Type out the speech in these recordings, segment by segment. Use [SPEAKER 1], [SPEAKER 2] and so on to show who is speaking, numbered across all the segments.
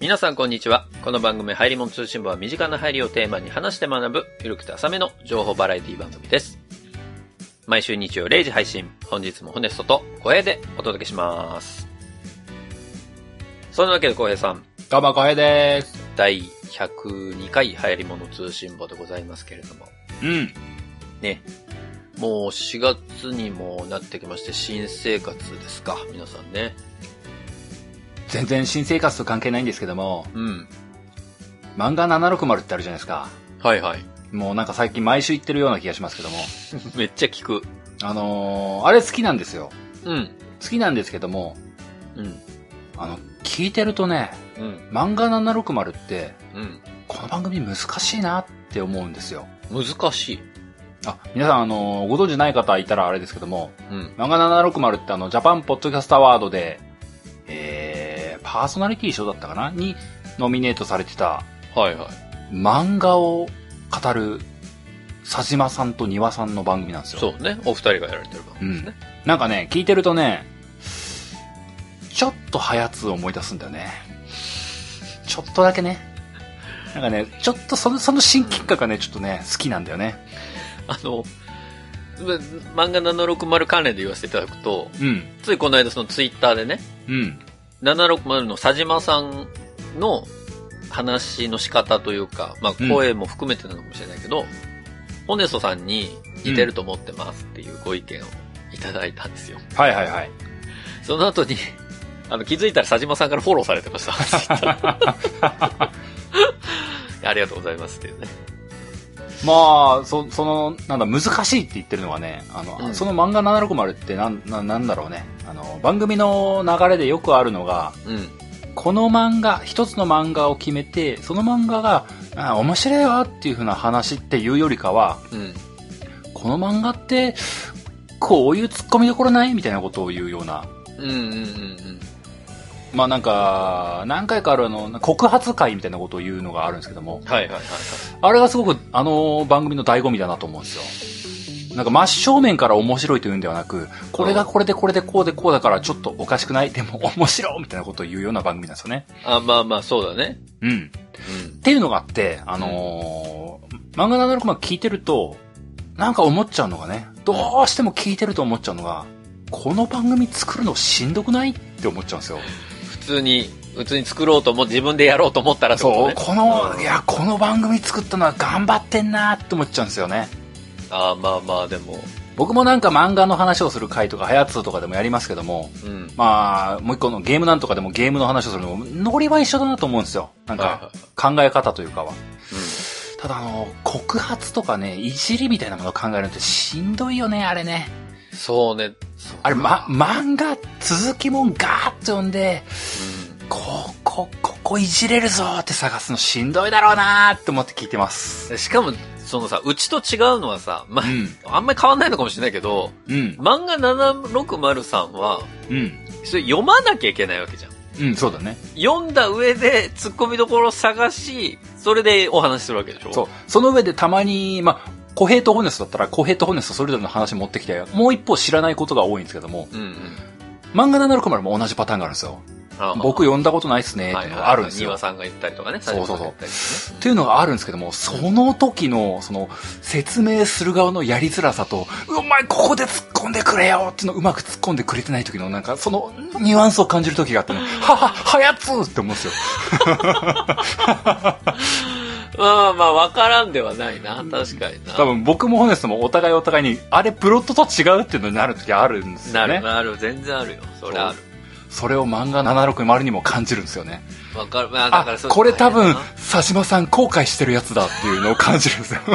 [SPEAKER 1] 皆さんこんにちは。この番組、入り物通信部は身近な入りをテーマに話して学ぶ、ゆるくて浅めの情報バラエティ番組です。毎週日曜0時配信、本日もホネストと小平でお届けします。そんなわけで小平さん、
[SPEAKER 2] どうも、小平です。
[SPEAKER 1] 第102回流行り物通信簿でございますけれども、
[SPEAKER 2] うん。
[SPEAKER 1] ね。もう4月にもなってきまして、新生活ですか、皆さんね。
[SPEAKER 2] 全然新生活と関係ないんですけども、
[SPEAKER 1] うん。
[SPEAKER 2] 漫画760ってあるじゃないですか。
[SPEAKER 1] はいはい。
[SPEAKER 2] もうなんか最近毎週行ってるような気がしますけども。
[SPEAKER 1] めっちゃ聞く。
[SPEAKER 2] あのー、あれ好きなんですよ。
[SPEAKER 1] うん。
[SPEAKER 2] 好きなんですけども、
[SPEAKER 1] うん。
[SPEAKER 2] あの、聞いてるとね、
[SPEAKER 1] うん。
[SPEAKER 2] 漫画760って、
[SPEAKER 1] うん。
[SPEAKER 2] この番組難しいなって思うんですよ。
[SPEAKER 1] 難しい。
[SPEAKER 2] あ、皆さん、あのーご存知ない方いたらあれですけども、
[SPEAKER 1] うん。
[SPEAKER 2] 漫画760ってあの、ジャパンポッドキャストアワードで、えー、パーソナリティ賞だったかなに、ノミネートされてた
[SPEAKER 1] はいはい。
[SPEAKER 2] 漫画を語る佐島さんと丹羽さんの番組なんですよ。
[SPEAKER 1] そうね。お二人がやられてる番組ですね。
[SPEAKER 2] なんかね、聞いてるとね、ちょっとハヤツを思い出すんだよね。ちょっとだけね。なんかね、ちょっとその、その新きっかがね、ちょっとね、好きなんだよね。
[SPEAKER 1] あの、ま漫画760関連で言わせていただくと、
[SPEAKER 2] うん。
[SPEAKER 1] ついこの間そのツイッターでね、
[SPEAKER 2] うん。
[SPEAKER 1] 760の佐島さんの話の仕方というか、まあ
[SPEAKER 2] うん
[SPEAKER 1] 声も含めてなのかもしれないけど、ホネソさんに似てると思ってますっていうご意見をいただいたんですよ。
[SPEAKER 2] はいはいはい。
[SPEAKER 1] その後に、あの気づいたら佐島さんからフォローされてました。 ありがとうございますっていうね。
[SPEAKER 2] まあ、そ、その、なんだ、難しいって言ってるのはね、あの、
[SPEAKER 1] うん
[SPEAKER 2] その漫画760ってなん、ななんだろうね。あの、番組の流れでよくあるのが、
[SPEAKER 1] うん。
[SPEAKER 2] この漫画、一つの漫画を決めて、その漫画が、あ面白いわっていう風な話っていうよりかは、
[SPEAKER 1] うん。
[SPEAKER 2] この漫画って、こういう突っ込みどころないみたいなことを言うような。
[SPEAKER 1] うんうんうん
[SPEAKER 2] まあなんか、何回かあるあの、告発会みたいなことを言うのがあるんですけども
[SPEAKER 1] うん。、はいはいはいはい。
[SPEAKER 2] あれがすごくあの番組の醍醐味だなと思うんですよ。なんか真正面から面白いというんではなく、これがこれでこれでこうでこうだからちょっとおかしくないでも面白いみたいなことを言うような番組なんですよね。
[SPEAKER 1] あ、まあまあ、そうだね。
[SPEAKER 2] うん。っていうのがあって、あのー漫画760聞いてると、なんか思っちゃうのがね、どうしても聞いてると思っちゃうのが、この番組作るのしんどくないって思っちゃうんですよ。
[SPEAKER 1] うん。普通に、普通に作ろうと思って、自分でやろうと思ったらってこ
[SPEAKER 2] そう、
[SPEAKER 1] とね。
[SPEAKER 2] この、
[SPEAKER 1] うん
[SPEAKER 2] いや、この番組作ったのは頑張ってんなって思っちゃうんですよね。
[SPEAKER 1] あまあまあ、でも、
[SPEAKER 2] 僕もなんか漫画の話をする回とか、ハヤツーとかでもやりますけども、
[SPEAKER 1] うん。
[SPEAKER 2] まあ、もう一個のゲームなんとかでもゲームの話をするのも、ノリは一緒だなと思うんですよ。なん
[SPEAKER 1] はいは
[SPEAKER 2] か、考え方というかは。ただあの、告発とかね、いじりみたいなものを考えるのってしんどいよね、あれね。
[SPEAKER 1] いそうね。そう
[SPEAKER 2] あれ、ま、漫画、続きもんガーッと読んで、ここ、ここいじれるぞーって探すのしんどいだろうなーって思って聞いてます。
[SPEAKER 1] うん。しかも、そのさ、うちと違うのはさ、ま
[SPEAKER 2] う
[SPEAKER 1] あ、
[SPEAKER 2] ん、
[SPEAKER 1] あんまり変わんないのかもしれないけど、
[SPEAKER 2] うん、
[SPEAKER 1] 漫画760さんは、
[SPEAKER 2] うん、
[SPEAKER 1] それ読まなきゃいけないわけじゃん。
[SPEAKER 2] うん、そうだね。
[SPEAKER 1] 読んだ上で、突っ込みどころを探し、それでお話しするわけでしょ
[SPEAKER 2] そう。その上でたまに、まあ、小平とホネストだったら、小平とホネストそれぞれの話持ってきて、もう一方知らないことが多いんですけども、
[SPEAKER 1] う。うんうん。
[SPEAKER 2] 漫画760も同じパターンがあるんですよ。
[SPEAKER 1] あー
[SPEAKER 2] 僕読んだことないっすねーっていうのがあるんですよ。
[SPEAKER 1] はいはいはい丹羽さんが言ったりとかね、
[SPEAKER 2] そうそうそう
[SPEAKER 1] 佐々木さんが言ったりとかね
[SPEAKER 2] というのがあるんですけども、その時の、その、説明する側のやりづらさと、うお前ここで突っ込んでくれよっていうのをうまく突っ込んでくれてない時の、なんか、その、ニュアンスを感じる時があってね、はは、はやつって思うんですよ。
[SPEAKER 1] まあまあ、わからんではないな、確かにな。
[SPEAKER 2] 多分僕もホネストもお互いお互いに、あれプロットと違うっていうのになる時あるんです
[SPEAKER 1] な
[SPEAKER 2] よ
[SPEAKER 1] る
[SPEAKER 2] ね。
[SPEAKER 1] なる、全然あるよ。それある。
[SPEAKER 2] それを漫画760にも感じるんですよね。
[SPEAKER 1] わかる、まあ、だか
[SPEAKER 2] あ
[SPEAKER 1] らそ、う
[SPEAKER 2] これ多分
[SPEAKER 1] 大変、
[SPEAKER 2] 佐島さん後悔してるやつだっていうのを感じるんですよ。
[SPEAKER 1] だ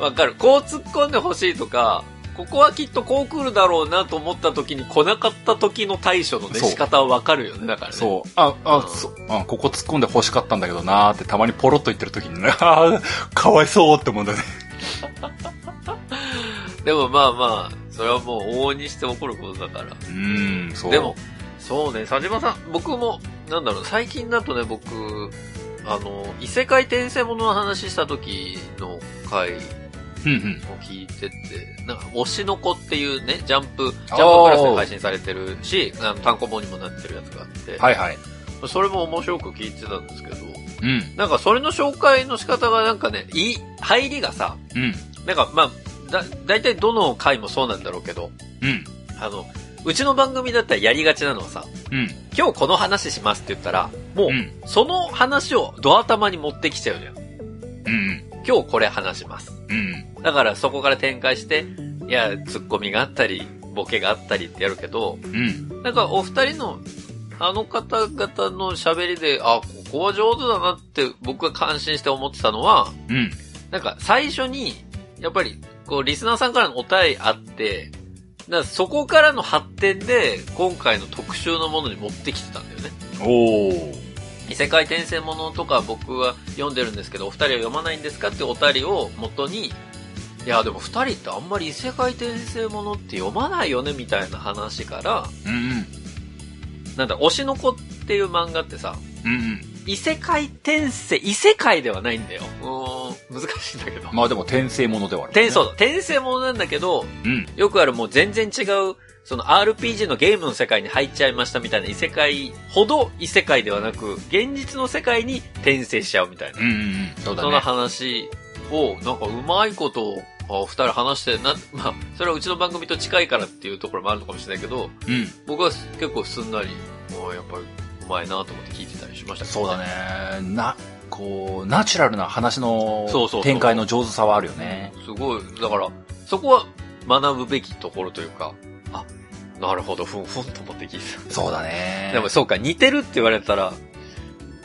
[SPEAKER 1] なわかる。こう突っ込んでほしいとか、ここはきっとこう来るだろうなと思った時に来なかった時の対処のね、
[SPEAKER 2] そう
[SPEAKER 1] 仕方はわかるよね、だからね。
[SPEAKER 2] そう。あ、
[SPEAKER 1] う
[SPEAKER 2] あ、
[SPEAKER 1] ん
[SPEAKER 2] そあここ突っ込んで欲しかったんだけどなーってたまにポロッと言ってる時にね、 あーかわいそうって思うんだよね。
[SPEAKER 1] でもまあまあ、それはもう往々にして起こることだから。
[SPEAKER 2] うーん、そう。
[SPEAKER 1] でも、、そうね、佐島さん、僕も、なんだろう、最近だとね、僕、あの、異世界転生ものの話した時の回
[SPEAKER 2] うんうん。
[SPEAKER 1] を聞いてて、なんか、推しの子っていうね、ジャンプ、ジャンプ
[SPEAKER 2] あー
[SPEAKER 1] プラスで配信されてるし、あの単行本にもなってるやつがあって、
[SPEAKER 2] はいはい。
[SPEAKER 1] それも面白く聞いてたんですけど、
[SPEAKER 2] うん。
[SPEAKER 1] なんかそれの紹介の仕方がなんかね、いい、入りがさ、
[SPEAKER 2] うん。
[SPEAKER 1] なんかまあ、だ、大体どの回もそうなんだろうけど、
[SPEAKER 2] うん。
[SPEAKER 1] あの、うちの番組だったらやりがちなのはさ、
[SPEAKER 2] うん。
[SPEAKER 1] 今日この話しますって言ったら、もう、
[SPEAKER 2] うん。
[SPEAKER 1] その話をド頭に持ってきちゃうじゃん。
[SPEAKER 2] うん。
[SPEAKER 1] 今日これ話します。
[SPEAKER 2] うん。
[SPEAKER 1] だからそこから展開して、いや、ツッコミがあったり、ボケがあったりってやるけど、
[SPEAKER 2] うん。
[SPEAKER 1] なんかお二人の、あの方々の喋りで、あ、ここは上手だなって僕が感心して思ってたのは、
[SPEAKER 2] うん。
[SPEAKER 1] なんか最初に、やっぱり、こう、リスナーさんからのお便りあって、だからそこからの発展で、今回の特集のものに持ってきてたんだよね。
[SPEAKER 2] おー。
[SPEAKER 1] 異世界転生ものとか僕は読んでるんですけど、お二人は読まないんですかってお便りを元に、いや、でも二人ってあんまり異世界転生ものって読まないよね、みたいな話から、
[SPEAKER 2] うん。
[SPEAKER 1] なんだ、推しの子っていう漫画ってさ、
[SPEAKER 2] うん。うん。
[SPEAKER 1] 異世界転生、異世界ではないんだよ。うーん、難しいんだけど。
[SPEAKER 2] まあでも転生ものではある。
[SPEAKER 1] 転そうだ、転生ものなんだけど、
[SPEAKER 2] うん。
[SPEAKER 1] よくあるもう全然違う、その RPG のゲームの世界に入っちゃいましたみたいな異世界ほど異世界ではなく、現実の世界に転生しちゃうみたいな。
[SPEAKER 2] うんうんうん。そうだ
[SPEAKER 1] その
[SPEAKER 2] ね。
[SPEAKER 1] 話を、なんかうまいことを、あお二人話してるな、 まあ、それはうちの番組と近いからっていうところもあるのかもしれないけど、
[SPEAKER 2] うん。
[SPEAKER 1] 僕は結構すんなり、あやっぱりうまいなと思って聞いてたりしましたけど
[SPEAKER 2] そうだ。ね。な、こう、ナチュラルな話
[SPEAKER 1] そ
[SPEAKER 2] の
[SPEAKER 1] うそうそう
[SPEAKER 2] 展開の上手さはあるよね。
[SPEAKER 1] すごい、だから、そこは学ぶべきところというか、あ、なるほど、ふんふんと思って聞いてた。
[SPEAKER 2] そうだね。
[SPEAKER 1] でもそうか、似てるって言われたら、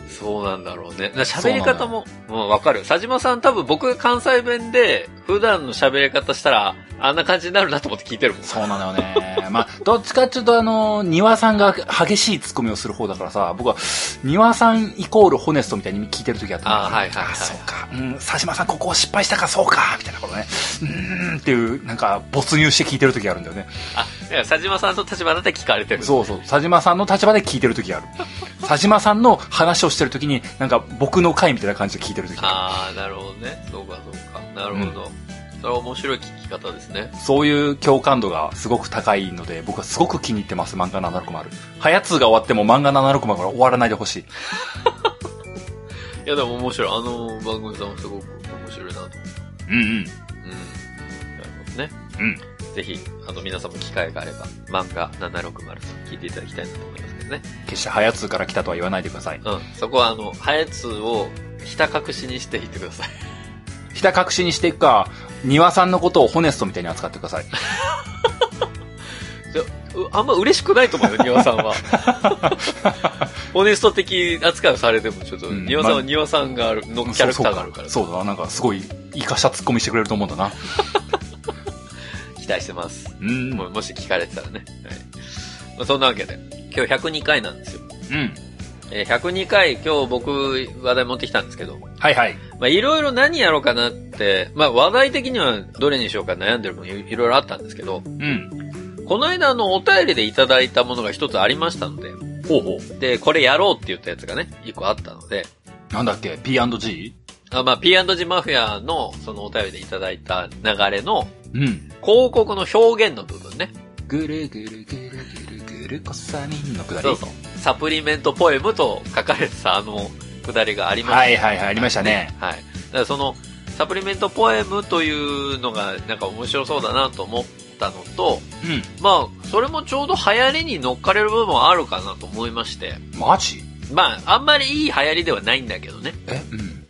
[SPEAKER 1] そうなんだろうね。な喋り方も、もうわかる。佐島さん多分僕が関西弁で、普段の喋り方したら、あんな感じになるなと思って聞いてるもん。
[SPEAKER 2] そうなのよね。 まあ、どっちかっていうと、あの、庭さんが激しいツッコミをする方だからさ、僕は、庭さんイコールホネストみたいに聞いてる時あったの
[SPEAKER 1] あーはいはいはい
[SPEAKER 2] あそうか。うん、佐島さんここを失敗したか、そうか、みたいなことね。うーんっていう、なんか、没入して聞いてる時あるんだよね。
[SPEAKER 1] あ、いや佐島さんと立場だって聞かれてる。
[SPEAKER 2] そうそう。佐島さんの立場で聞いてる時ある。 佐島さんの話をしてる時に、なんか、僕の回みたいな感じで聞いてる時
[SPEAKER 1] あ
[SPEAKER 2] あ
[SPEAKER 1] あ、なるほどね。そうかそうか。なるほど。それは面白い聞き方ですね。
[SPEAKER 2] る。そういう共感度がすごく高いので、僕はすごく気に入ってます、漫画760。早通が終わっても漫画760から終わらないでほしい。
[SPEAKER 1] いやでも面白い。あの番組さんもすごく面白いなと。
[SPEAKER 2] うんうん。
[SPEAKER 1] うん。なるほどね。
[SPEAKER 2] うん。
[SPEAKER 1] ぜひ、あの皆さんも機会があれば、漫画760さん聞いていただきたいなと思いますけどね。
[SPEAKER 2] 決してハヤツーから来たとは言わないでください。
[SPEAKER 1] うん。そこはあの、ハエツをひた隠しにしていってください。
[SPEAKER 2] ひた隠しにしていくか、庭さんのことをホネストみたいに扱ってください。
[SPEAKER 1] うあんま嬉しくないと思うよ、庭さん は。オネスト的扱いをされても、ちょっと、
[SPEAKER 2] うん
[SPEAKER 1] 庭さん
[SPEAKER 2] ま
[SPEAKER 1] は
[SPEAKER 2] あ
[SPEAKER 1] 庭さんがある、のキャラクターがあるから、
[SPEAKER 2] そうそうだ、なんかすごい、生かしたツッコミしてくれると思うんだな。
[SPEAKER 1] 期待してます。
[SPEAKER 2] うん。
[SPEAKER 1] ももし聞かれてたらね。はいまあ、そんなわけで、今日102回なんですよ。
[SPEAKER 2] うん。
[SPEAKER 1] えー102回今日僕話題持ってきたんですけど、
[SPEAKER 2] はいはい。
[SPEAKER 1] まあいろいろ何やろうかなって、まあ話題的にはどれにしようか悩んでるもんいいろいろあったんですけど
[SPEAKER 2] う、ん。
[SPEAKER 1] この間あのお便りでいただいたものが一つありましたので、
[SPEAKER 2] ほうほ
[SPEAKER 1] で、これやろうって言ったやつがね、一個あったので、
[SPEAKER 2] う。なんだっけ ?P&G?
[SPEAKER 1] あまあ P&G マフィアのそのお便りでいただいた流れの
[SPEAKER 2] うん。
[SPEAKER 1] 広告の表現の部分ね。
[SPEAKER 2] ぐるぐるぐるぐるぐるこさみんのくだり。
[SPEAKER 1] そうそう。サプリメントポエムと書かれてたあのくだりがありました
[SPEAKER 2] はいはいはい、ありましたね。
[SPEAKER 1] はい。だからその、サプリメントポエムというのが、なんか面白そうだなと思ったのと、まあ、それもちょうど流行りに乗っかれる部分はあるかなと思いまして、
[SPEAKER 2] うん。マジ
[SPEAKER 1] まあ、あんまりいい流行りではないんだけどね。
[SPEAKER 2] えうん。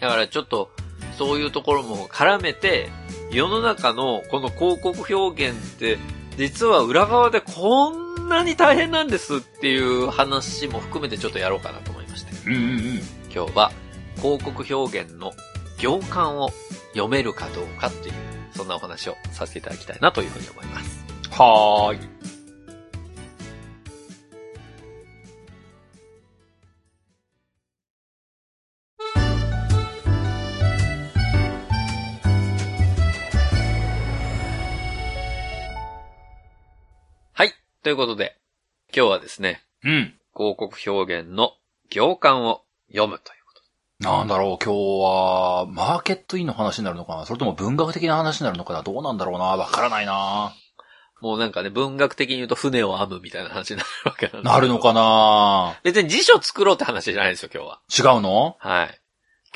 [SPEAKER 1] だからちょっと、そういうところも絡めて、世の中のこの広告表現って、実は裏側でこんなに大変なんですっていう話も含めてちょっとやろうかなと思いまして。
[SPEAKER 2] うんうん
[SPEAKER 1] 今日は広告表現の行間を読めるかどうかっていう、そんなお話をさせていただきたいなというふうに思います。
[SPEAKER 2] うん。はーい。
[SPEAKER 1] はい。ということで、今日はですね、
[SPEAKER 2] うん。
[SPEAKER 1] 広告表現の行間を読むという。
[SPEAKER 2] なんだろう、今日は、マーケットインの話になるのかなそれとも文学的な話になるのかなどうなんだろうなわからないな
[SPEAKER 1] もうなんかね、文学的に言うと船を編むみたいな話になるわけなんで
[SPEAKER 2] なるのかな
[SPEAKER 1] 別に辞書作ろうって話じゃないんですよ、今日は。
[SPEAKER 2] 違うの
[SPEAKER 1] はい。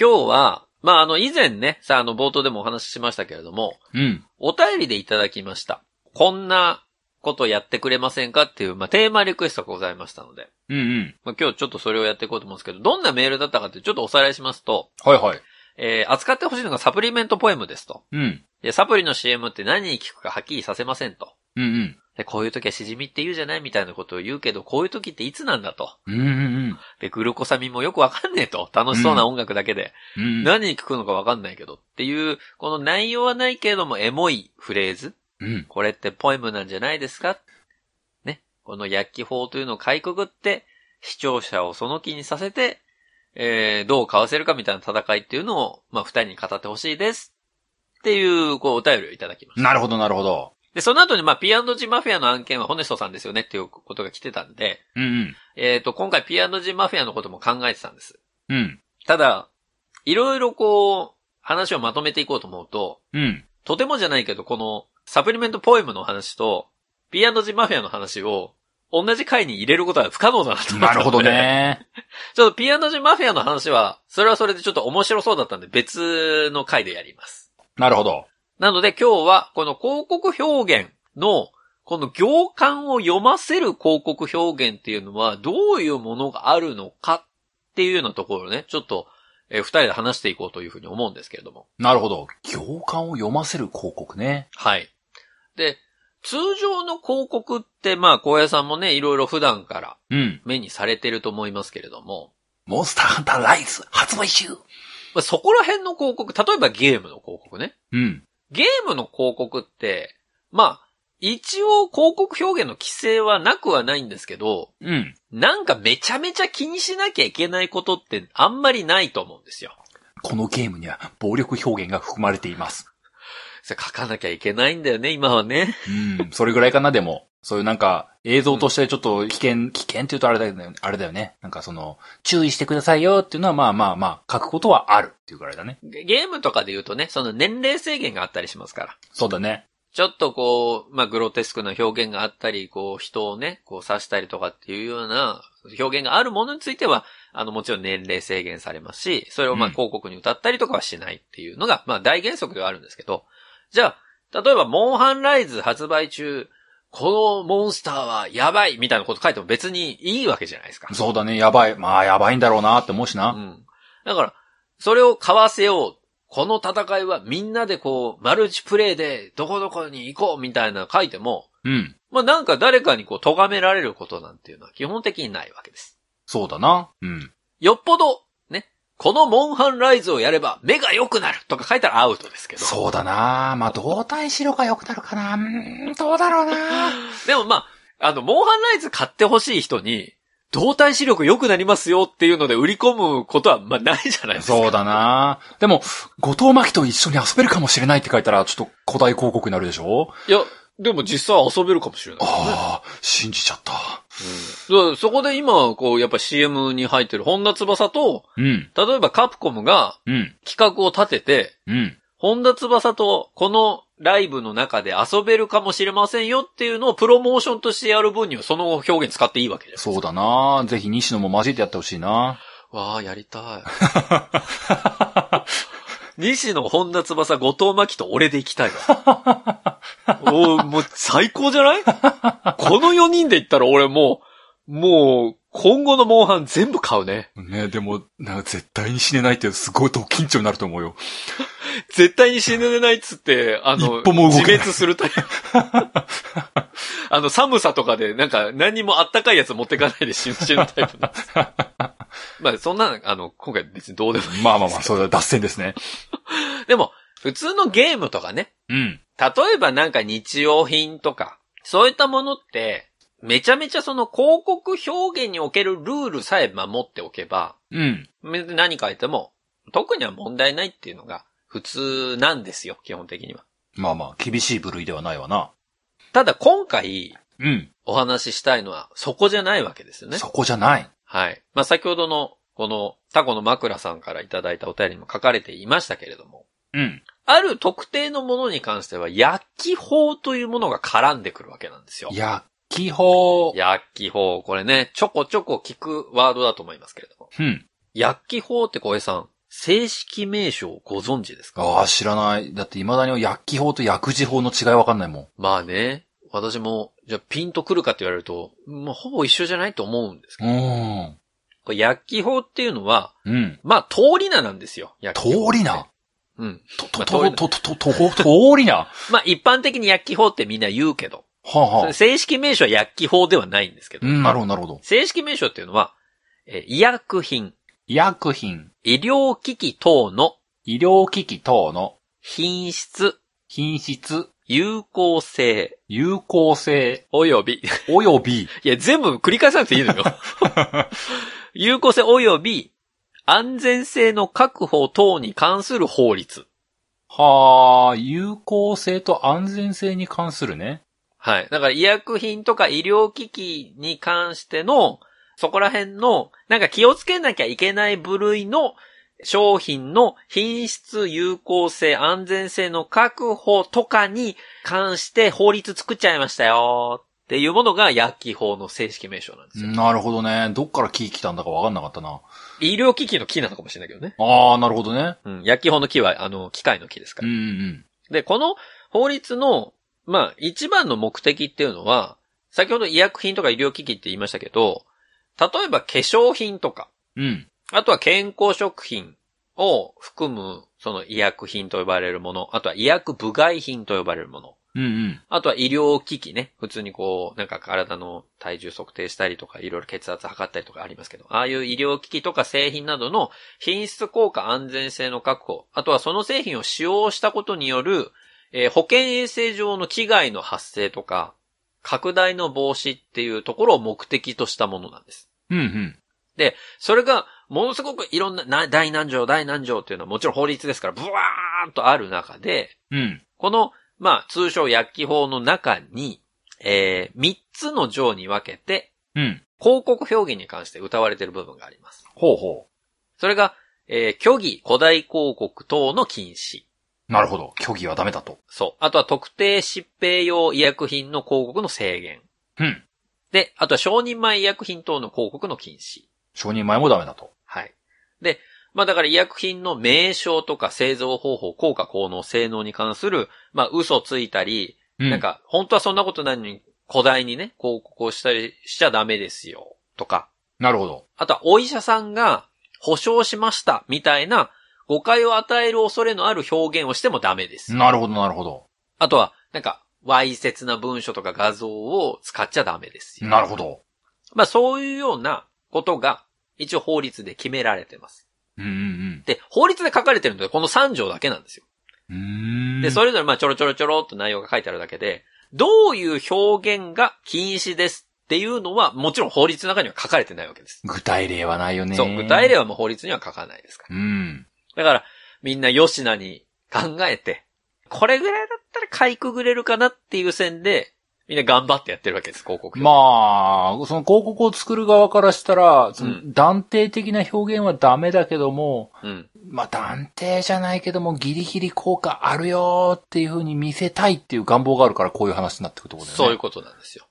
[SPEAKER 1] 今日は、まあ、あの、以前ね、さあ、あの、冒頭でもお話ししましたけれども、
[SPEAKER 2] うん。
[SPEAKER 1] お便りでいただきました。こんなことやってくれませんかっていう、まあ、テーマリクエストがございましたので、
[SPEAKER 2] うんうん。
[SPEAKER 1] まあ、今日ちょっとそれをやっていこうと思うんですけど、どんなメールだったかってちょっとおさらいしますと、
[SPEAKER 2] はいはい。
[SPEAKER 1] えー、扱ってほしいのがサプリメントポエムですと。
[SPEAKER 2] うん。
[SPEAKER 1] で、サプリの CM って何に効くかはっきりさせませんと。
[SPEAKER 2] うんうん。
[SPEAKER 1] で、こういう時はしじみって言うじゃないみたいなことを言うけど、こういう時っていつなんだと。
[SPEAKER 2] うんうん
[SPEAKER 1] で、グルコサミンもよくわかんねえと。楽しそうな音楽だけで。
[SPEAKER 2] うん。うん
[SPEAKER 1] 何に効くのかわかんないけど。っていう、この内容はないけれども、エモいフレーズ。
[SPEAKER 2] うん。
[SPEAKER 1] これってポエムなんじゃないですかね。この薬器法というのをかいくぐって、視聴者をその気にさせて、えー、どうかわせるかみたいな戦いっていうのを、まあ、二人に語ってほしいです。っていう、こう、お便りをいただきました。
[SPEAKER 2] なるほどなるほど。
[SPEAKER 1] で、その後に、まあ、P&G マフィアの案件はホネストさんですよねっていうことが来てたんで、
[SPEAKER 2] うんうん。
[SPEAKER 1] えっ、と、今回 P&G マフィアのことも考えてたんです。
[SPEAKER 2] うん。
[SPEAKER 1] ただ、いろいろこう、話をまとめていこうと思うと、
[SPEAKER 2] うん。
[SPEAKER 1] とてもじゃないけど、この、サプリメントポエムの話と、P&G マフィアの話を、同じ回に入れることは不可能だなと思ったので
[SPEAKER 2] なるほど。ね。
[SPEAKER 1] ちょっと P&G マフィアの話は、それはそれでちょっと面白そうだったんで、別の回でやります。
[SPEAKER 2] なるほど。
[SPEAKER 1] なので今日は、この広告表現の、この行間を読ませる広告表現っていうのは、どういうものがあるのかっていうようなところをね、ちょっと、えー二人で話していこうというふうに思うんですけれども。
[SPEAKER 2] なるほど。行間を読ませる広告ね。
[SPEAKER 1] はい。で、通常の広告って、まあ、小平さんもね、いろいろ普段から
[SPEAKER 2] うん。
[SPEAKER 1] 目にされてると思いますけれども、
[SPEAKER 2] モンスターハンターライズ発売中
[SPEAKER 1] まあ、そこら辺の広告、例えばゲームの広告ね。
[SPEAKER 2] うん。
[SPEAKER 1] ゲームの広告って、まあ、一応広告表現の規制はなくはないんですけど、
[SPEAKER 2] うん。
[SPEAKER 1] なんかめちゃめちゃ気にしなきゃいけないことってあんまりないと思うんですよ。
[SPEAKER 2] このゲームには暴力表現が含まれています。
[SPEAKER 1] それ書かなきゃいけないんだよね、今はね。
[SPEAKER 2] うん。それぐらいかな、でも。そういうなんか、映像としてちょっと危険、危険って言うとあれだよね。あれだよね。なんかその、注意してくださいよっていうのはまあまあまあ、書くことはあるっていうぐらいだね。
[SPEAKER 1] ゲゲームとかで言うとね、その年齢制限があったりしますから。
[SPEAKER 2] そうだね。
[SPEAKER 1] ちょっとこう、まあ、グロテスクな表現があったり、こう、人をね、こう刺したりとかっていうような表現があるものについては、あの、もちろん年齢制限されますし、それをまあ、
[SPEAKER 2] うん
[SPEAKER 1] 広告に歌ったりとかはしないっていうのが、まあ、大原則ではあるんですけど、じゃあ、例えば、モンハンライズ発売中、このモンスターはやばいみたいなこと書いても別にいいわけじゃないですか。
[SPEAKER 2] そうだね。やばい。まあ、やばいんだろうなって思うし
[SPEAKER 1] う
[SPEAKER 2] な。
[SPEAKER 1] ん。だから、それを買わせよう。この戦いはみんなでこう、マルチプレイでどこどこに行こうみたいなの書いても、
[SPEAKER 2] うん。
[SPEAKER 1] まあなんか誰かにこう、咎められることなんていうのは基本的にないわけです。
[SPEAKER 2] そうだな。うん。
[SPEAKER 1] よっぽど、ね、このモンハンライズをやれば目が良くなるとか書いたらアウトですけど。
[SPEAKER 2] そうだな。まあ、動体視力が良くなるかな。うーん、どうだろうな。
[SPEAKER 1] でもまあ、あの、モンハンライズ買ってほしい人に、動体視力良くなりますよっていうので売り込むことは、まあないじゃないですか。
[SPEAKER 2] そうだな。でも、後藤真希と一緒に遊べるかもしれないって書いたら、ちょっと古代広告になるでしょ
[SPEAKER 1] いや、でも実際は遊べるかもしれない。
[SPEAKER 2] ああ、信じちゃった。
[SPEAKER 1] そうそこで今、こう、やっぱ CM に入ってる本田翼と、
[SPEAKER 2] うん、
[SPEAKER 1] 例えばカプコムが
[SPEAKER 2] うん、
[SPEAKER 1] 企画を立てて、
[SPEAKER 2] うん。
[SPEAKER 1] 本田翼とこのライブの中で遊べるかもしれませんよっていうのをプロモーションとしてやる分にはその表現使っていいわけじゃないですか。
[SPEAKER 2] そうだな。ぜひ西野も混じってやってほしいな。
[SPEAKER 1] わあ、やりたい。西野、本田翼、後藤真希と俺で行きたいわ。おーもう最高じゃないこの4人で行ったら俺もう、もう、今後のモンハン全部買うね。
[SPEAKER 2] ねでも、なんか絶対に死ねないってすごいド緊張になると思うよ。
[SPEAKER 1] 絶対に死ねないっつって、あの、
[SPEAKER 2] 一歩も動
[SPEAKER 1] 自
[SPEAKER 2] かない
[SPEAKER 1] 滅するタイプ。 あの、寒さとかで、なんか、何もあったかいやつ持ってかないで死ぬ死ぬタイプ なんです。まあ、そんな、あの、今回別にどうでもいい。
[SPEAKER 2] まあまあまあ、そうだ、脱線ですね。
[SPEAKER 1] でも、普通のゲームとかね、
[SPEAKER 2] うん。
[SPEAKER 1] 例えばなんか日用品とか、そういったものって、めちゃめちゃその広告表現におけるルールさえ守っておけば、
[SPEAKER 2] うん。
[SPEAKER 1] め何書いても、特には問題ないっていうのが普通なんですよ、基本的には。
[SPEAKER 2] まあまあ、厳しい部類ではないわな。
[SPEAKER 1] ただ今回
[SPEAKER 2] うん。
[SPEAKER 1] お話ししたいのはそこじゃないわけですよね
[SPEAKER 2] そ。こじゃない。
[SPEAKER 1] はい。まあ先ほどのこのタコの枕さんからいただいたお便りにも書かれていましたけれども、
[SPEAKER 2] うん。
[SPEAKER 1] ある特定のものに関しては、薬器法というものが絡んでくるわけなんですよ。
[SPEAKER 2] 薬器法。
[SPEAKER 1] 薬器法、これね、ちょこちょこ聞くワードだと思いますけれども。
[SPEAKER 2] うん。
[SPEAKER 1] 薬器法って小江さん、正式名称をご存知ですか
[SPEAKER 2] ああ、知らない。だって未だに薬器法と薬事法の違いわかんないもん。
[SPEAKER 1] まあね、私も、じゃあピンとくるかって言われると、まあほぼ一緒じゃないと思うんですけ
[SPEAKER 2] う
[SPEAKER 1] ど、
[SPEAKER 2] ーん。
[SPEAKER 1] これ薬器法っていうのは、
[SPEAKER 2] うん。
[SPEAKER 1] まあ通り名なんですよ。薬器
[SPEAKER 2] 通
[SPEAKER 1] 法って
[SPEAKER 2] りな。
[SPEAKER 1] うん。
[SPEAKER 2] と、
[SPEAKER 1] ま
[SPEAKER 2] と、
[SPEAKER 1] あ通り
[SPEAKER 2] と、
[SPEAKER 1] な
[SPEAKER 2] と、と、と、と、通りな。は
[SPEAKER 1] まあ一般的に薬器法ってみんな言うけど、
[SPEAKER 2] あ、はあ。
[SPEAKER 1] 正式名称は薬器法ではないんですけど、
[SPEAKER 2] うん、なるほど、なるほど。
[SPEAKER 1] 正式名称っていうのは、えー医薬品、
[SPEAKER 2] 医薬品、
[SPEAKER 1] 医療機器等の
[SPEAKER 2] 医療機器等の
[SPEAKER 1] 品質、
[SPEAKER 2] 品質、
[SPEAKER 1] 有効性、
[SPEAKER 2] 有効性、
[SPEAKER 1] 及び、
[SPEAKER 2] および、
[SPEAKER 1] いや、全部繰り返さなくていい のよ。有効性及び安全性の確保等に関する法律。
[SPEAKER 2] はあ、有効性と安全性に関するね。
[SPEAKER 1] はい。だから医薬品とか医療機器に関しての、そこら辺の、なんか気をつけなきゃいけない部類の商品の品質、有効性、安全性の確保とかに関して法律作っちゃいましたよっていうものが薬器法の正式名称なんですよ。
[SPEAKER 2] なるほどね。どっから木来たんだかわかんなかったな。
[SPEAKER 1] 医療機器の木なのかもしれないけどね。
[SPEAKER 2] ああ、なるほどね。
[SPEAKER 1] うん。薬器法の木は、あの、機械の木ですから
[SPEAKER 2] うん、うん。
[SPEAKER 1] で、この法律の、まあ、一番の目的っていうのは、先ほど医薬品とか医療機器って言いましたけど、例えば化粧品とか、
[SPEAKER 2] うん。
[SPEAKER 1] あとは健康食品を含む、その医薬品と呼ばれるもの、あとは医薬部外品と呼ばれるもの、
[SPEAKER 2] うん、うん。
[SPEAKER 1] あとは医療機器ね。普通にこう、なんか体の体重測定したりとか、いろいろ血圧測ったりとかありますけど、ああいう医療機器とか製品などの品質効果安全性の確保、あとはその製品を使用したことによる、えー保健衛生上の危害の発生とか、拡大の防止っていうところを目的としたものなんです。
[SPEAKER 2] うん、うん。
[SPEAKER 1] それが、ものすごくいろんなな、大何条、大何条っていうのはもちろん法律ですから、ブワーンとある中で、
[SPEAKER 2] うん。
[SPEAKER 1] この、まあ、通称薬器法の中に、えー、3つの条に分けて、
[SPEAKER 2] うん。
[SPEAKER 1] 広告表現に関して歌われている部分があります。
[SPEAKER 2] ほうほ
[SPEAKER 1] それが、えー、虚偽、古代広告等の禁止。
[SPEAKER 2] う。なるほど。虚偽はダメだと。
[SPEAKER 1] そう。あとは特定疾病用医薬品の広告の制限。
[SPEAKER 2] うん。
[SPEAKER 1] で、あとは承認前医薬品等の広告の禁止。
[SPEAKER 2] 承認前もダメだと。
[SPEAKER 1] はい。で、まあだから医薬品の名称とか製造方法、効果、効能、性能に関する、まあ嘘ついたり、
[SPEAKER 2] う
[SPEAKER 1] なん、か、本当はそんなことないのに、古代にね、広告をしたりしちゃダメですよ、とか。
[SPEAKER 2] なるほど。
[SPEAKER 1] あとは、お医者さんが保証しました、みたいな、誤解を与える恐れのある表現をしてもダメです。
[SPEAKER 2] なるほど、なるほど。
[SPEAKER 1] あとは、なんか、わいせつな文書とか画像を使っちゃダメですよ。
[SPEAKER 2] なるほど。
[SPEAKER 1] まあ、そういうようなことが、一応法律で決められてます。
[SPEAKER 2] うん、うん、
[SPEAKER 1] で、法律で書かれてるので、この3条だけなんですよ。
[SPEAKER 2] うん。うーん。
[SPEAKER 1] で、それぞれまあちょろちょろちょろっと内容が書いてあるだけで、どういう表現が禁止ですっていうのは、もちろん法律の中には書かれてないわけです。
[SPEAKER 2] 具体例はないよね。
[SPEAKER 1] そう、具体例はもう法律には書かないですか
[SPEAKER 2] うん。
[SPEAKER 1] ら。だから、みんなよしなに考えて、これぐらいだったらかいくぐれるかなっていう線で、みんな頑張ってやってるわけです、広告表。
[SPEAKER 2] まあ、その広告を作る側からしたら、そうの断定的な表現はダメだけども、
[SPEAKER 1] うん。
[SPEAKER 2] まあ断定じゃないけども、ギリギリ効果あるよーっていう風に見せたいっていう願望があるから、こういう話になってくるってことだよね。
[SPEAKER 1] そういうことなんですよ。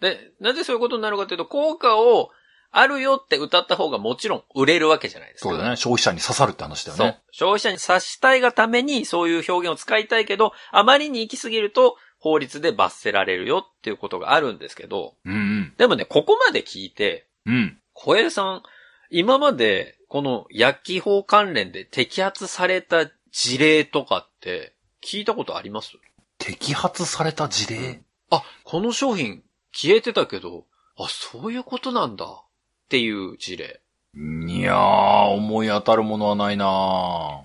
[SPEAKER 1] で、なぜそういうことになるかというと、効果をあるよって歌った方がもちろん売れるわけじゃないですか。
[SPEAKER 2] そうだよね。消費者に刺さるって話だよ
[SPEAKER 1] そう
[SPEAKER 2] ね。。
[SPEAKER 1] 消費者に察したいがためにそういう表現を使いたいけど、あまりに行き過ぎると法律で罰せられるよっていうことがあるんですけど、
[SPEAKER 2] うんうん。
[SPEAKER 1] でもね、ここまで聞いて、
[SPEAKER 2] うん。
[SPEAKER 1] 小江さん、今までこの薬器法関連で摘発された事例とかって聞いたことあります
[SPEAKER 2] 摘発された事例。
[SPEAKER 1] あ、この商品消えてたけど、あ、そういうことなんだっていう事例。
[SPEAKER 2] いやー、思い当たるものはないな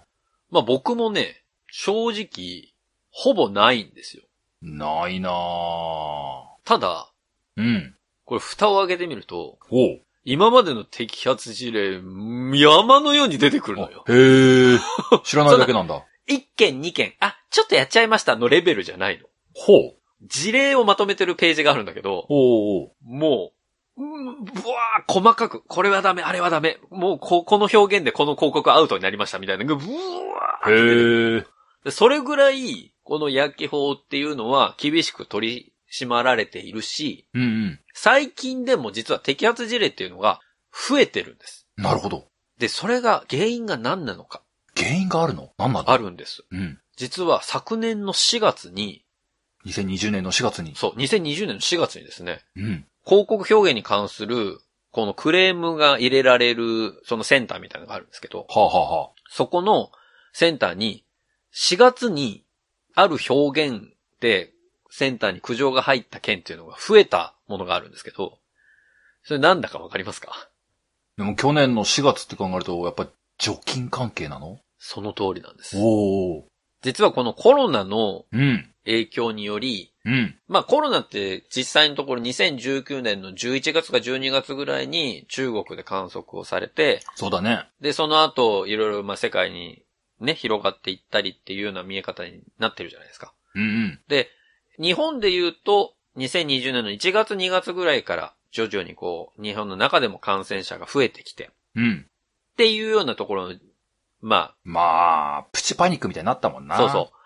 [SPEAKER 1] まあ僕もね、正直、ほぼないんですよ。
[SPEAKER 2] ーないなー
[SPEAKER 1] ただ、
[SPEAKER 2] うん。
[SPEAKER 1] これ蓋を開けてみると、
[SPEAKER 2] おう。
[SPEAKER 1] 今までの摘発事例、山のように出てくるのよ。
[SPEAKER 2] あへー。知らないだけ なんだ。
[SPEAKER 1] 1件2件、あ、ちょっとやっちゃいましたのレベルじゃないの。
[SPEAKER 2] ほう。
[SPEAKER 1] 事例をまとめてるページがあるんだけど、
[SPEAKER 2] おうおう。
[SPEAKER 1] もう、うん、ぶわー、細かく、これはダメ、あれはダメ、もうこ、この表現でこの広告アウトになりましたみたいなのが、ぶわーって出てくる
[SPEAKER 2] へえ。
[SPEAKER 1] でそれぐらい、この焼き法っていうのは厳しく取り締まられているし、
[SPEAKER 2] うんうん。
[SPEAKER 1] 最近でも実は摘発事例っていうのが増えてるんです。
[SPEAKER 2] なるほど。
[SPEAKER 1] で、それが原因が何なのか、
[SPEAKER 2] 原因があるの何なんだ
[SPEAKER 1] あるんです。
[SPEAKER 2] うん。
[SPEAKER 1] 実は昨年の4月に、
[SPEAKER 2] 2020年の4月に。
[SPEAKER 1] そう、2020年の4月にですね、
[SPEAKER 2] うん。
[SPEAKER 1] 広告表現に関する、このクレームが入れられる、そのセンターみたいなのがあるんですけど、
[SPEAKER 2] はあ、はあはあ、
[SPEAKER 1] そこのセンターに、4月にある表現でセンターに苦情が入った件っていうのが増えたものがあるんですけど、それなんだかわかりますか
[SPEAKER 2] でも去年の4月って考えると、やっぱ除菌関係なの
[SPEAKER 1] その通りなんです。
[SPEAKER 2] おお。
[SPEAKER 1] 実はこのコロナの
[SPEAKER 2] うん。
[SPEAKER 1] 影響により、
[SPEAKER 2] うん。
[SPEAKER 1] まあコロナって実際のところ2019年の11月か12月ぐらいに中国で観測をされて、
[SPEAKER 2] そうだね。
[SPEAKER 1] で、その後いろいろまあ世界にね、広がっていったりっていうような見え方になってるじゃないですか。
[SPEAKER 2] うんうん。
[SPEAKER 1] で、日本で言うと、2020年の1月2月ぐらいから、徐々にこう、日本の中でも感染者が増えてきて、っ
[SPEAKER 2] うん。
[SPEAKER 1] ていうようなところの、ま
[SPEAKER 2] まあ、プチパニックみたいになったもん
[SPEAKER 1] あ、
[SPEAKER 2] な。
[SPEAKER 1] そうそう。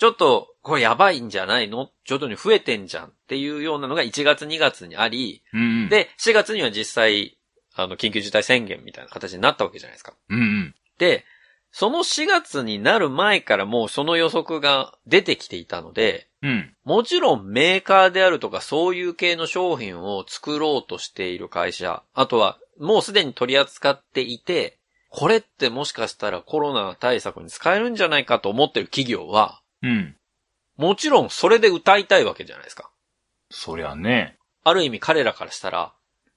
[SPEAKER 1] ちょっと、これやばいんじゃないの徐々に増えてんじゃんっていうようなのが1月2月にあり、
[SPEAKER 2] う。うん、うん。、
[SPEAKER 1] で、4月には実際、あの、緊急事態宣言みたいな形になったわけじゃないですか。
[SPEAKER 2] うんうん。
[SPEAKER 1] で、その4月になる前からもうその予測が出てきていたので、
[SPEAKER 2] うん。
[SPEAKER 1] もちろんメーカーであるとかそういう系の商品を作ろうとしている会社、あとはもうすでに取り扱っていて、これってもしかしたらコロナ対策に使えるんじゃないかと思ってる企業は、
[SPEAKER 2] うん。
[SPEAKER 1] もちろんそれで歌いたいわけじゃないですか。
[SPEAKER 2] そりゃね。
[SPEAKER 1] ある意味彼らからしたら、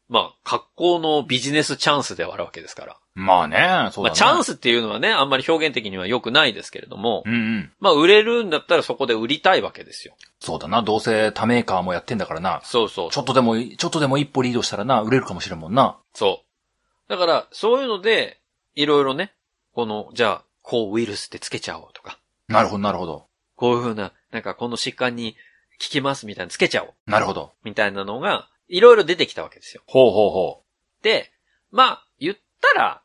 [SPEAKER 1] まあ、格好のビジネスチャンスではあるわけですから。
[SPEAKER 2] まあね、そう
[SPEAKER 1] ま
[SPEAKER 2] だね。
[SPEAKER 1] あ、チャン
[SPEAKER 2] ス。
[SPEAKER 1] スっていうのはね、あんまり表現的には良くないですけれども
[SPEAKER 2] う、んうん。
[SPEAKER 1] まあ、売れるんだったらそこで売りたいわけですよ。
[SPEAKER 2] そうだな。どうせ他メーカーもやってんだからな。
[SPEAKER 1] そうそう
[SPEAKER 2] ちょっとでも、ちょっとでも一歩リードしたらな、売れるかもしれんもんな。
[SPEAKER 1] そう。だから、そういうので、いろいろね、この、じゃあ、抗ウイルスってつけちゃおうとか、
[SPEAKER 2] なるほど、なるほど。
[SPEAKER 1] こういうふうな、なんかこの疾患に効きますみたいなのつけちゃおう、
[SPEAKER 2] なるほど。
[SPEAKER 1] みたいなのが、いろいろ出てきたわけですよ。
[SPEAKER 2] ほうほうほ
[SPEAKER 1] で、まあ、言ったら、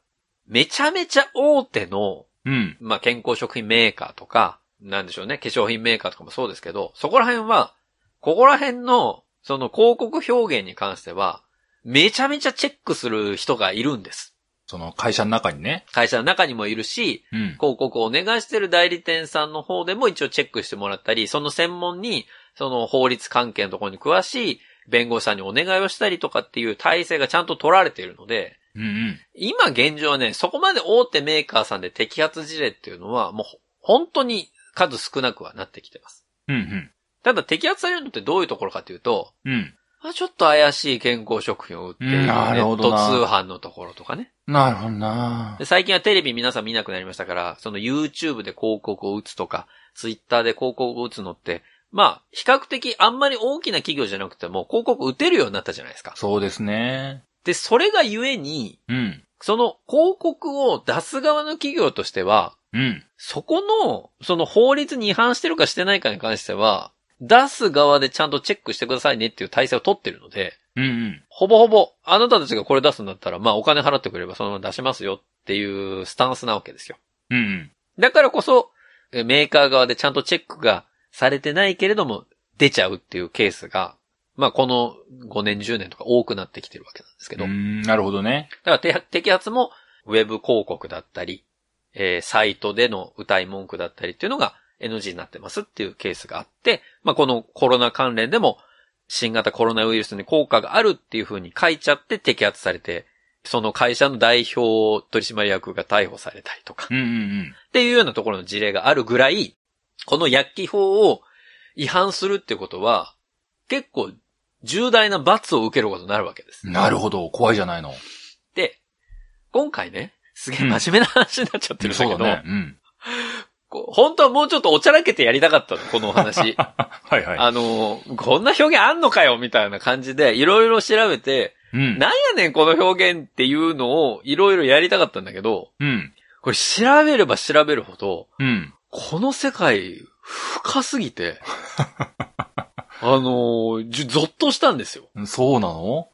[SPEAKER 1] めちゃめちゃ大手の、
[SPEAKER 2] う。うん。
[SPEAKER 1] まあ、健康食品メーカーとか、なんでしょうね、化粧品メーカーとかもそうですけど、そこら辺は、ここら辺の、その広告表現に関しては、めちゃめちゃチェックする人がいるんです。
[SPEAKER 2] その会社の中にね。
[SPEAKER 1] 会社の中にもいるし、
[SPEAKER 2] うん。
[SPEAKER 1] 広告をお願いしてる代理店さんの方でも一応チェックしてもらったり、その専門に、その法律関係のところに詳しい弁護士さんにお願いをしたりとかっていう体制がちゃんと取られているので、
[SPEAKER 2] うんうん。
[SPEAKER 1] 今現状はね、そこまで大手メーカーさんで摘発事例っていうのは、もう本当に数少なくはなってきてます。
[SPEAKER 2] うん
[SPEAKER 1] ただ摘発されるのってどういうところかというと、
[SPEAKER 2] うん。うん。
[SPEAKER 1] あちょっと怪しい健康食品を売っている
[SPEAKER 2] うん
[SPEAKER 1] ネ
[SPEAKER 2] なるほ
[SPEAKER 1] ッ
[SPEAKER 2] ど
[SPEAKER 1] ト通
[SPEAKER 2] な
[SPEAKER 1] 販のところとかね。
[SPEAKER 2] なるほどな
[SPEAKER 1] で最近はテレビ皆さん見なくなりましたから、その YouTube で広告を打つとか、Twitter で広告を打つのって、まあ、比較的あんまり大きな企業じゃなくても広告打てるようになったじゃないですか。
[SPEAKER 2] そうですね。
[SPEAKER 1] で、それがゆえに、
[SPEAKER 2] うん。
[SPEAKER 1] その広告を出す側の企業としては、
[SPEAKER 2] うん。
[SPEAKER 1] そこの、その法律に違反してるかしてないかに関しては、出す側でちゃんとチェックしてくださいねっていう体制を取ってるので、
[SPEAKER 2] うんうん。
[SPEAKER 1] ほぼほぼ、あなたたちがこれ出すんだったら、まあお金払ってくれればそのまま出しますよっていうスタンスなわけですよ。
[SPEAKER 2] うんうん。
[SPEAKER 1] だからこそ、えメーカー側でちゃんとチェックがされてないけれども、出ちゃうっていうケースが、まあこの5年10年とか多くなってきてるわけなんですけ
[SPEAKER 2] う
[SPEAKER 1] ど、だ
[SPEAKER 2] ん、なるほどね。
[SPEAKER 1] からて摘発もウェブ広告だったり、えーサイトでの歌い文句だったりっていうのが NG になってますっていうケースがあって、まあこのコロナ関連でも新型コロナウイルスに効果があるっていう風に書いちゃって摘発されて、その会社の代表取締役が逮捕されたりとか
[SPEAKER 2] う、んうん
[SPEAKER 1] っていうようなところの事例があるぐらい、この薬機法を違反するってことは、結構重大な罰を受けることになるわけです
[SPEAKER 2] うん。。なるほど。怖いじゃないの。
[SPEAKER 1] で、今回ね、すげえ真面目な話になっちゃってるんだけ
[SPEAKER 2] そ
[SPEAKER 1] ど、
[SPEAKER 2] うだね。うん。
[SPEAKER 1] こう本当はもうちょっとおちゃらけてやりたかったの、このお話。
[SPEAKER 2] はいは
[SPEAKER 1] あのー、こんな表現あんのかよ、みたいな感じで、いろいろ調べて、
[SPEAKER 2] い。うん。
[SPEAKER 1] なんやねん、この表現っていうのをいろいろやりたかったんだけど、
[SPEAKER 2] うん。
[SPEAKER 1] これ調べれば調べるほど、
[SPEAKER 2] うん。
[SPEAKER 1] この世界、深すぎ て、あのー、じゅゾッとしたんですよ。っ
[SPEAKER 2] そうなの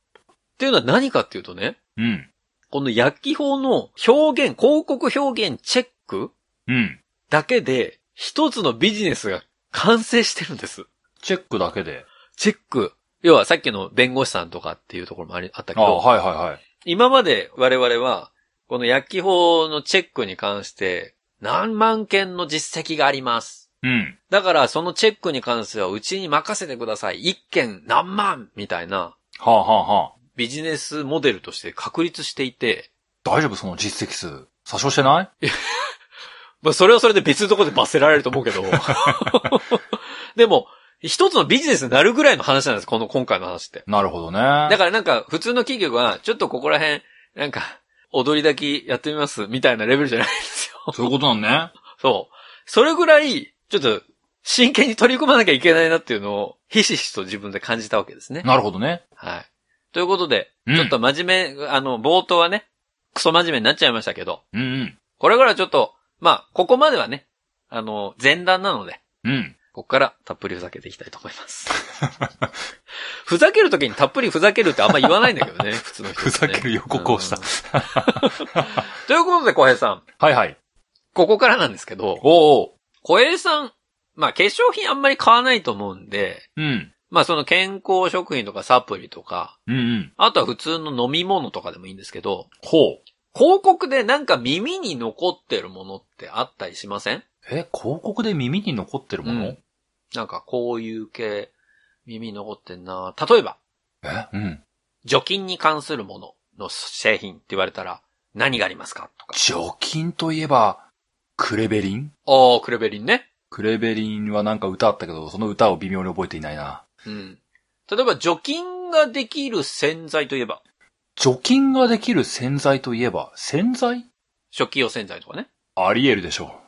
[SPEAKER 1] ていうのは何かっていうとね、
[SPEAKER 2] うん。
[SPEAKER 1] この薬機法の表現、広告表現チェック
[SPEAKER 2] うん。
[SPEAKER 1] だけで、一つのビジネスが完成してるんです。
[SPEAKER 2] チェックだけで。
[SPEAKER 1] チェック。要はさっきの弁護士さんとかっていうところもありあったけ
[SPEAKER 2] ああ、
[SPEAKER 1] ど、
[SPEAKER 2] はいはいはい。
[SPEAKER 1] 今まで我々は、この薬機法のチェックに関して、何万件の実績があります。
[SPEAKER 2] うん。
[SPEAKER 1] だからそのチェックに関してはうちに任せてください。一件何万みたいな
[SPEAKER 2] はあはあはあ。
[SPEAKER 1] ビジネスモデルとして確立していて、
[SPEAKER 2] 大丈夫その実績数。詐称してない
[SPEAKER 1] まあそれはそれで別のところで罰せられると思うけ ど。でも、一つのビジネスになるぐらいの話なんです、この今回の話って。
[SPEAKER 2] なるほどね。
[SPEAKER 1] だからなんか普通の企業は、ちょっとここら辺、なんか、踊りだけやってみますみたいなレベルじゃないん ですよ。
[SPEAKER 2] そういうことなん ね。
[SPEAKER 1] そう。それぐらい、ちょっと、真剣に取り組まなきゃいけないなっていうのを、ひしひしと自分で感じたわけですね。
[SPEAKER 2] なるほどね。
[SPEAKER 1] はい。ということで、
[SPEAKER 2] うん
[SPEAKER 1] ちょっと真面目、あの、冒頭はね、クソ真面目になっちゃいましたけど、
[SPEAKER 2] うんうん。
[SPEAKER 1] これからはちょっと、まあ、ここまではね、あの、前段なので、
[SPEAKER 2] うん。
[SPEAKER 1] ここからたっぷりふざけていきたいと思います。 ふざけるときにたっぷりふざけるってあんま言わないんだけど ね、普通の人、ね。
[SPEAKER 2] ふざける予告をした
[SPEAKER 1] うん。ということで、小平さん、
[SPEAKER 2] はいはい。
[SPEAKER 1] ここからなんですけど、
[SPEAKER 2] おうおう。
[SPEAKER 1] 小平さん、まあ化粧品あんまり買わないと思うんで、
[SPEAKER 2] うん。
[SPEAKER 1] まあその健康食品とかサプリとか、
[SPEAKER 2] うんうん。
[SPEAKER 1] あとは普通の飲み物とかでもいいんですけど、
[SPEAKER 2] ほう。
[SPEAKER 1] 広告でなんか耳に残ってるものってあったりしません
[SPEAKER 2] え、広告で耳に残ってるもの、
[SPEAKER 1] うんなんかこういう系、耳に残ってんな。例えば、
[SPEAKER 2] えうん。
[SPEAKER 1] 除菌に関するものの製品って言われたら何がありますかとか。
[SPEAKER 2] 除菌といえば、クレベリン
[SPEAKER 1] ああ、クレベリンね。
[SPEAKER 2] クレベリンはなんか歌あったけど、その歌を微妙に覚えていないな。
[SPEAKER 1] うん。例えば除菌ができる洗剤といえば、
[SPEAKER 2] 除菌ができる洗剤といえば、洗剤
[SPEAKER 1] 食器用洗剤とかね。
[SPEAKER 2] あり得るでしょう。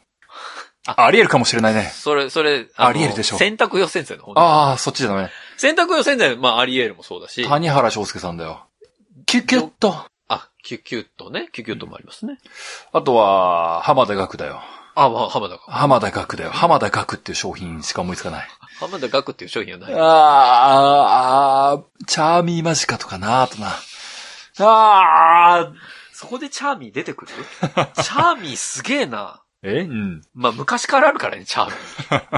[SPEAKER 1] あ
[SPEAKER 2] あり得るかもしれないね。
[SPEAKER 1] それ、それ、
[SPEAKER 2] あ
[SPEAKER 1] の
[SPEAKER 2] り得るでしょ
[SPEAKER 1] 洗濯用洗剤の方ね
[SPEAKER 2] ああ、そっちじゃダメ。
[SPEAKER 1] 洗濯用洗剤、まあ、あり得るもそうだし。
[SPEAKER 2] 谷原章介さんだよ。キュキュッと。
[SPEAKER 1] あ、キュキュットね。キュキュットもありますね。
[SPEAKER 2] あとは、浜田学だよ。
[SPEAKER 1] あ、まあ、浜田が。
[SPEAKER 2] 浜田学だよ。浜田学っていう商品しか思いつかない。
[SPEAKER 1] 浜田学っていう商品はない。
[SPEAKER 2] あーあー、チャーミーマジカとかなあとな。ああ、
[SPEAKER 1] そこでチャーミー出てくるチャーミーすげえな。
[SPEAKER 2] えうん。
[SPEAKER 1] まあ、昔からあるからね、チャーミー。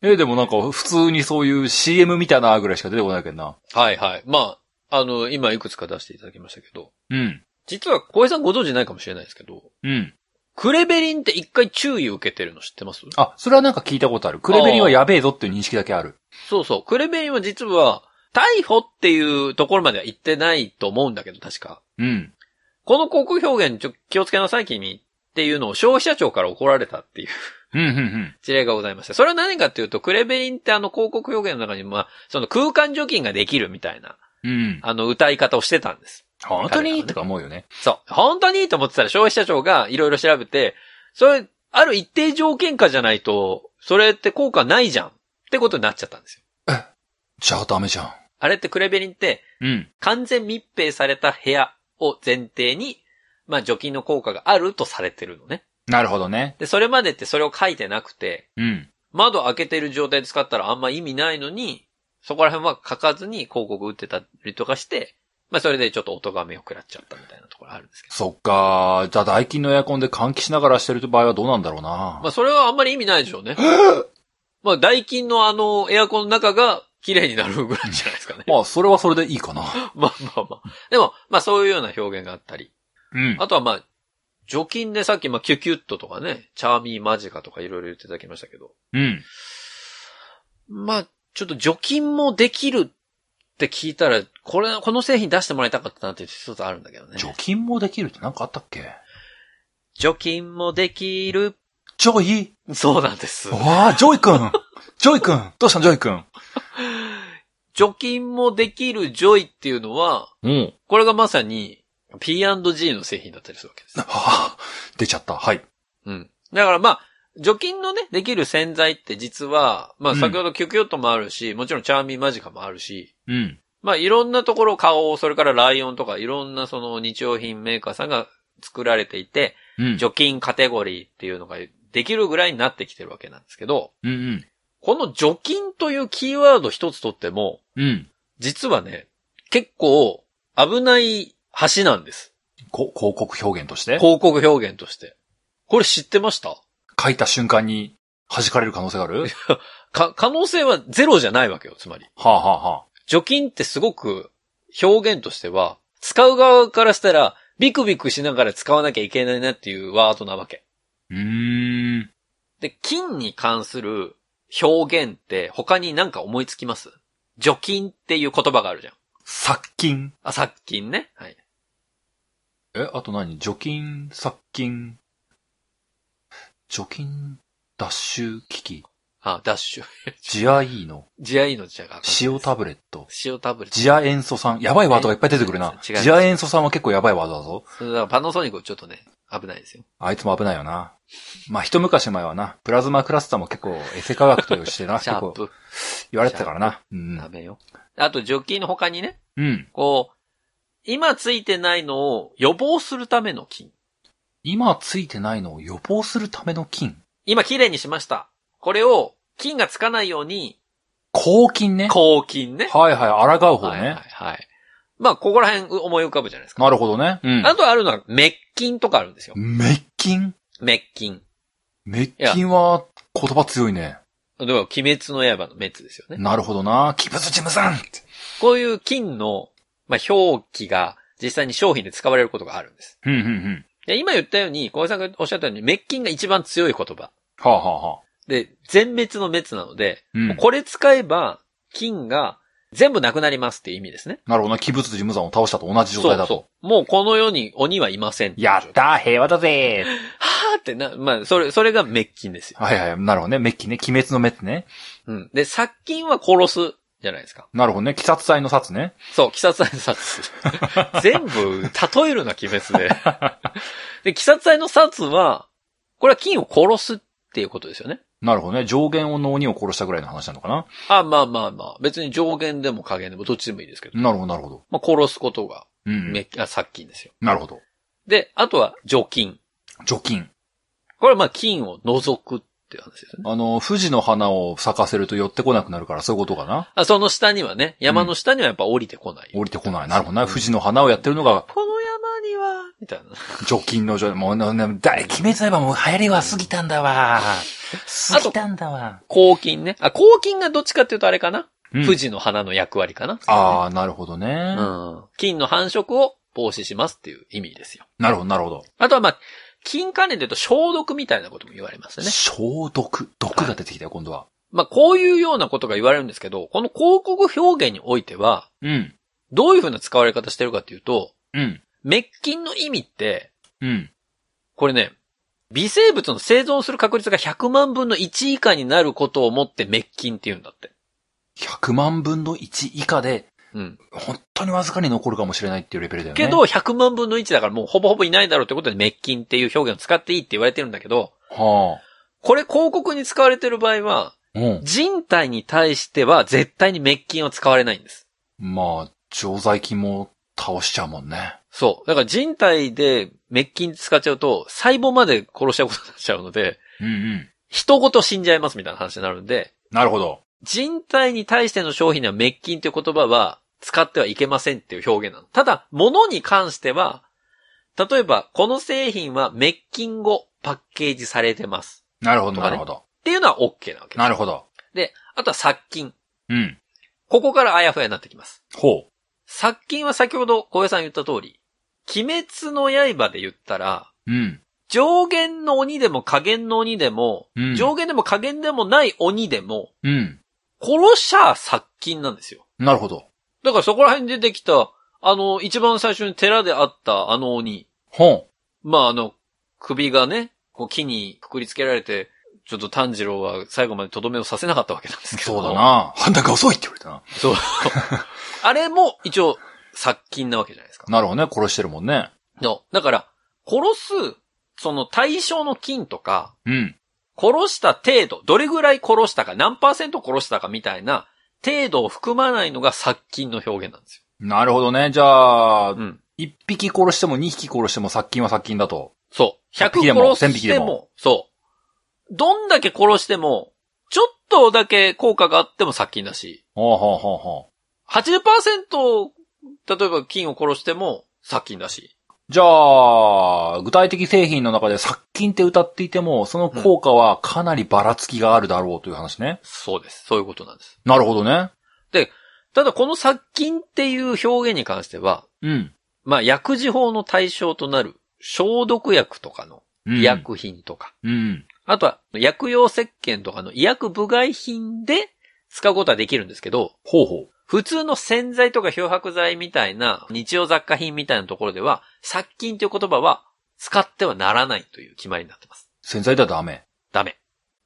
[SPEAKER 2] え、でもなんか普通にそういう CM みたいなぐらいしか出てこないけどな。
[SPEAKER 1] はいはい。まあ、あの、今いくつか出していただきましたけど。
[SPEAKER 2] うん。
[SPEAKER 1] 実は、小江さんご存知ないかもしれないですけど、
[SPEAKER 2] うん。
[SPEAKER 1] クレベリンって一回注意受けてるの知ってます
[SPEAKER 2] あ、それはなんか聞いたことある。クレベリンはやべえぞっていう認識だけある。
[SPEAKER 1] そうそう。クレベリンは実は、逮捕っていうところまでは行ってないと思うんだけど、確か。
[SPEAKER 2] うん。
[SPEAKER 1] この広告表現ちょ気をつけなさい君っていうのを消費者庁から怒られたっていう
[SPEAKER 2] うん、うん、うん。
[SPEAKER 1] 事例がございました。それは何かっていうと、クレベリンってあの広告表現の中に、まあ、その空間除菌ができるみたいな、
[SPEAKER 2] うん。
[SPEAKER 1] あの歌い方をしてたんです。
[SPEAKER 2] 本当にとか思うよね。
[SPEAKER 1] そう。本当にと思ってたら消費者庁がいろいろ調べて、それ、ある一定条件下じゃないと、それって効果ないじゃんってことになっちゃったんですよ。
[SPEAKER 2] じゃあダメじゃん。
[SPEAKER 1] あれってクレベリンって
[SPEAKER 2] うん。
[SPEAKER 1] 完全密閉された部屋を前提に、まあ除菌の効果があるとされてるのね。
[SPEAKER 2] なるほどね。
[SPEAKER 1] で、それまでってそれを書いてなくて、
[SPEAKER 2] うん。
[SPEAKER 1] 窓開けてる状態で使ったらあんま意味ないのに、そこら辺は書かずに広告打ってたりとかして、まあそれでちょっと音がめを食らっちゃったみたいなところあるんですけど。
[SPEAKER 2] そっかー。じゃあダイキンのエアコンで換気しながらしてる場合はどうなんだろうな。
[SPEAKER 1] まあそれはあんまり意味ないでしょうね。まあ代金のあのエアコンの中が綺麗になるぐらいじゃないですか ね。
[SPEAKER 2] まあ、それはそれでいいかな。
[SPEAKER 1] まあまあまあ。でも、まあそういうような表現があったり。
[SPEAKER 2] うん
[SPEAKER 1] あとはまあ、除菌でさっきまあキュキュットとかね、チャーミーマジカとかいろいろ言っていただきましたけど。
[SPEAKER 2] うん。
[SPEAKER 1] まあ、ちょっと除菌もできるって聞いたら、これ、この製品出してもらいたかったなっていう一つあるんだけどね。
[SPEAKER 2] 除菌もできるってなんかあったっけ
[SPEAKER 1] 除菌もできる。
[SPEAKER 2] ジョイ
[SPEAKER 1] そうなんです。
[SPEAKER 2] わあ、ジョイくんジョイくんどうしたのジョイくん
[SPEAKER 1] 除菌もできるジョイっていうのは、
[SPEAKER 2] うん。
[SPEAKER 1] これがまさに P&G の製品だったりするわけです。
[SPEAKER 2] はあ、出ちゃった。はい。
[SPEAKER 1] うん。だからまあ、除菌のね、できる洗剤って実は、まあ
[SPEAKER 2] うん
[SPEAKER 1] 先ほどキュキュットもあるし、もちろんチャーミーマジカもあるし、
[SPEAKER 2] うん。
[SPEAKER 1] まあいろんなところ、顔を、それからライオンとかいろんなその日用品メーカーさんが作られていて、
[SPEAKER 2] うん。
[SPEAKER 1] 除菌カテゴリーっていうのができるぐらいになってきてるわけなんですけど、
[SPEAKER 2] うんうん。
[SPEAKER 1] この除菌というキーワード一つとっても、
[SPEAKER 2] うん。
[SPEAKER 1] 実はね、結構危ない橋なんです。
[SPEAKER 2] こ広告表現として
[SPEAKER 1] 広告表現として。これ知ってました
[SPEAKER 2] 書いた瞬間に弾かれる可能性がある
[SPEAKER 1] か、可能性はゼロじゃないわけよ、つまり。
[SPEAKER 2] はあ、はあはあ、
[SPEAKER 1] 除菌ってすごく表現としては、使う側からしたら、ビクビクしながら使わなきゃいけないなっていうワードなわけ。
[SPEAKER 2] うーん。
[SPEAKER 1] で、菌に関する表現って他になんか思いつきます除菌っていう言葉があるじゃん。
[SPEAKER 2] 殺菌。
[SPEAKER 1] あ、殺菌ね。はい。
[SPEAKER 2] え、あと何除菌、殺菌、除菌、脱臭機器、
[SPEAKER 1] あ、ダッシュ。
[SPEAKER 2] ジアイーノ、
[SPEAKER 1] ジアイの自社が。
[SPEAKER 2] 塩タブレット、
[SPEAKER 1] 塩タブレット。
[SPEAKER 2] ジア塩素酸。やばいワードがいっぱい出てくるな。
[SPEAKER 1] 違う
[SPEAKER 2] ジア塩素酸は結構やばいワードだぞ。
[SPEAKER 1] それだからパナソニックちょっとね、危ないですよ。
[SPEAKER 2] あいつも危ないよな。まあ、一昔前はな、プラズマクラスターも結構、エセ科学としてな、
[SPEAKER 1] シ
[SPEAKER 2] 結
[SPEAKER 1] ャー
[SPEAKER 2] 構
[SPEAKER 1] プ。
[SPEAKER 2] 言われてたからな。うん
[SPEAKER 1] ダ。メよ。あと、除菌の他にね、
[SPEAKER 2] うん。
[SPEAKER 1] こう、今ついてないのを予防するための菌。
[SPEAKER 2] 今ついてないのを予防するための菌。
[SPEAKER 1] 今きれいにしました。これを、菌がつかないように、
[SPEAKER 2] 抗菌ね。
[SPEAKER 1] 抗菌ね。
[SPEAKER 2] はいはい、抗う方
[SPEAKER 1] はいはい
[SPEAKER 2] ね。
[SPEAKER 1] はい。まあ、ここら辺う思い浮かぶじゃないですか。
[SPEAKER 2] なるほどね。うん。
[SPEAKER 1] あとあるのは、滅菌とかあるんですよ。
[SPEAKER 2] 滅菌
[SPEAKER 1] 滅菌。
[SPEAKER 2] 滅菌は言葉強いね。
[SPEAKER 1] だから、鬼滅の刃の滅ですよね。
[SPEAKER 2] なるほどな。器物事務さんって
[SPEAKER 1] こういう菌の、まあ、表記が実際に商品で使われることがあるんです。
[SPEAKER 2] うんうんうん。
[SPEAKER 1] で今言ったように、小林さんがおっしゃったように、滅菌が一番強い言葉。
[SPEAKER 2] はあはあはあ。
[SPEAKER 1] で、全滅の滅なので、
[SPEAKER 2] うん。
[SPEAKER 1] もうこれ使えば、菌が全部なくなりますっていう意味ですね。
[SPEAKER 2] なるほどな。器物事務さんを倒したと同じ状
[SPEAKER 1] そ
[SPEAKER 2] 態
[SPEAKER 1] う
[SPEAKER 2] だと。
[SPEAKER 1] そう。もうこの世に鬼はいません。
[SPEAKER 2] やったー平和だぜー
[SPEAKER 1] はーってな、まあ、それ、それが滅菌ですよ。
[SPEAKER 2] はいはい。なるほどね。滅菌ね。鬼滅の滅ね。
[SPEAKER 1] うん。で、殺菌は殺すじゃないですか。
[SPEAKER 2] なるほどね。鬼殺隊の殺ね。
[SPEAKER 1] そう、鬼殺隊の 殺。全部、例えるな、鬼滅で。で、鬼殺隊の殺は、これは菌を殺すっていうことですよね。
[SPEAKER 2] なるほどね。上限をの鬼を殺したぐらいの話なのかな。
[SPEAKER 1] あ、まあまあまあ。別に上限でも下限でもどっちでもいいですけど。
[SPEAKER 2] なるほど、なるほど。
[SPEAKER 1] まあ、殺すことが、
[SPEAKER 2] うん。
[SPEAKER 1] 滅あ殺菌ですよ。
[SPEAKER 2] なるほど。
[SPEAKER 1] で、あとは除菌。
[SPEAKER 2] 除菌。
[SPEAKER 1] これはまあ菌を除くっていう話ですよね。
[SPEAKER 2] あの、富士の花を咲かせると寄ってこなくなるから、そういうことかな。
[SPEAKER 1] あその下にはね、山の下にはやっぱ降りてこない。
[SPEAKER 2] 降りてこない。なるほどな。富士の花をやってるのが、
[SPEAKER 1] この山には、みたいな。
[SPEAKER 2] 除菌の除、もう、ななだ、鬼滅の刃もう流行りは過ぎたんだわ。過ぎたんだわ。
[SPEAKER 1] 抗菌ね。あ、抗菌がどっちかっていうとあれかな、
[SPEAKER 2] うん
[SPEAKER 1] 富士の花の役割かな
[SPEAKER 2] ああ、なるほどね。
[SPEAKER 1] うん。菌の繁殖を防止しますっていう意味ですよ。
[SPEAKER 2] なるほど、なるほど。
[SPEAKER 1] あとはまあ、菌関連で言うと消毒みたいなことも言われますね。
[SPEAKER 2] 消毒。毒が出てきたよ、今度は。
[SPEAKER 1] まあ、こういうようなことが言われるんですけど、この広告表現においては、
[SPEAKER 2] うん。
[SPEAKER 1] どういうふうな使われ方してるかっていうと、
[SPEAKER 2] うん。
[SPEAKER 1] 滅菌の意味って、
[SPEAKER 2] うん。
[SPEAKER 1] これね、微生物の生存する確率が100万分の1以下になることをもって滅菌って言うんだって。
[SPEAKER 2] 100万分の1以下で、
[SPEAKER 1] うん。
[SPEAKER 2] 本当にわずかに残るかもしれないっていうレベルだよね。
[SPEAKER 1] けど、、100万分の1だからもうほぼほぼいないだろうってことで滅菌っていう表現を使っていいって言われてるんだけど、
[SPEAKER 2] は
[SPEAKER 1] これ広告に使われてる場合は、
[SPEAKER 2] あ。うん。
[SPEAKER 1] 人体に対しては絶対に滅菌は使われないんです。
[SPEAKER 2] まあ、常在菌も倒しちゃうもんね。
[SPEAKER 1] そう。だから人体で滅菌使っちゃうと、細胞まで殺しちゃうことになっちゃうので、
[SPEAKER 2] うんうん。
[SPEAKER 1] 人ごと死んじゃいますみたいな話になるんで、
[SPEAKER 2] なるほど。
[SPEAKER 1] 人体に対しての商品には滅菌という言葉は使ってはいけませんっていう表現なの。ただ、物に関しては、例えば、この製品は滅菌後パッケージされてます。
[SPEAKER 2] なるほど、
[SPEAKER 1] とか
[SPEAKER 2] な
[SPEAKER 1] ね
[SPEAKER 2] るほど。
[SPEAKER 1] っていうのは OK なわけです。
[SPEAKER 2] なるほど。
[SPEAKER 1] で、あとは殺菌。
[SPEAKER 2] うん。
[SPEAKER 1] ここからあやふやになってきます。
[SPEAKER 2] ほ
[SPEAKER 1] 殺菌は先ほど小江さん言った通り、鬼滅の刃で言ったら、
[SPEAKER 2] う。うん。
[SPEAKER 1] 上限の鬼でも下限の鬼でも、
[SPEAKER 2] うん
[SPEAKER 1] 上限でも下限でもない鬼でも、
[SPEAKER 2] うん。
[SPEAKER 1] 殺しゃあ殺菌なんですよ。
[SPEAKER 2] なるほど。
[SPEAKER 1] だからそこら辺に出てきた、あの、一番最初に寺で会ったあの鬼。
[SPEAKER 2] ほ
[SPEAKER 1] まあ、あの、首がね、こう木にくくりつけられて、ちょっと炭治郎は最後までとどめをさせなかったわけなんです
[SPEAKER 2] う。
[SPEAKER 1] けど。
[SPEAKER 2] そうだ。 な。判断が遅いって言われたな。
[SPEAKER 1] そう。 あれも一応殺菌なわけじゃないですか。
[SPEAKER 2] なるほどね。殺してるもんね。
[SPEAKER 1] の、だから、殺す、その対象の菌とか、
[SPEAKER 2] うん。
[SPEAKER 1] 殺した程度、どれぐらい殺したか、何パーセント殺したかみたいな、程度を含まないのが殺菌の表現なんです
[SPEAKER 2] なるほどね。じゃあ
[SPEAKER 1] よ。う、ん。
[SPEAKER 2] 一匹殺しても二匹殺しても殺菌は殺菌だと。
[SPEAKER 1] そう。100
[SPEAKER 2] 100匹でも
[SPEAKER 1] 殺し
[SPEAKER 2] 1000匹
[SPEAKER 1] て
[SPEAKER 2] で
[SPEAKER 1] も
[SPEAKER 2] も、
[SPEAKER 1] そう。どんだけ殺しても、ちょっとだけ効果があっても殺菌だし、
[SPEAKER 2] ほうほうほうほ
[SPEAKER 1] 80%、例えば菌を殺しても殺菌だし、
[SPEAKER 2] じゃあ、具体的製品の中で殺菌って歌っていても、その効果はかなりばらつきがあるだろうという話ね。
[SPEAKER 1] そうです。そういうことなんです。
[SPEAKER 2] なるほどね。
[SPEAKER 1] ただこの殺菌っていう表現に関しては、
[SPEAKER 2] うん。
[SPEAKER 1] まあ薬事法の対象となる消毒薬とかの
[SPEAKER 2] うん
[SPEAKER 1] 医。薬品とか、
[SPEAKER 2] うん。
[SPEAKER 1] あとは薬用石鹸とかの医薬部外品で使うことはできるんですけど、
[SPEAKER 2] ほうほう。
[SPEAKER 1] 普通の洗剤とか漂白剤みたいな日用雑貨品みたいなところでは、殺菌という言葉は使ってはならないという決まりになってます。
[SPEAKER 2] 洗剤ではダメ。
[SPEAKER 1] ダメ。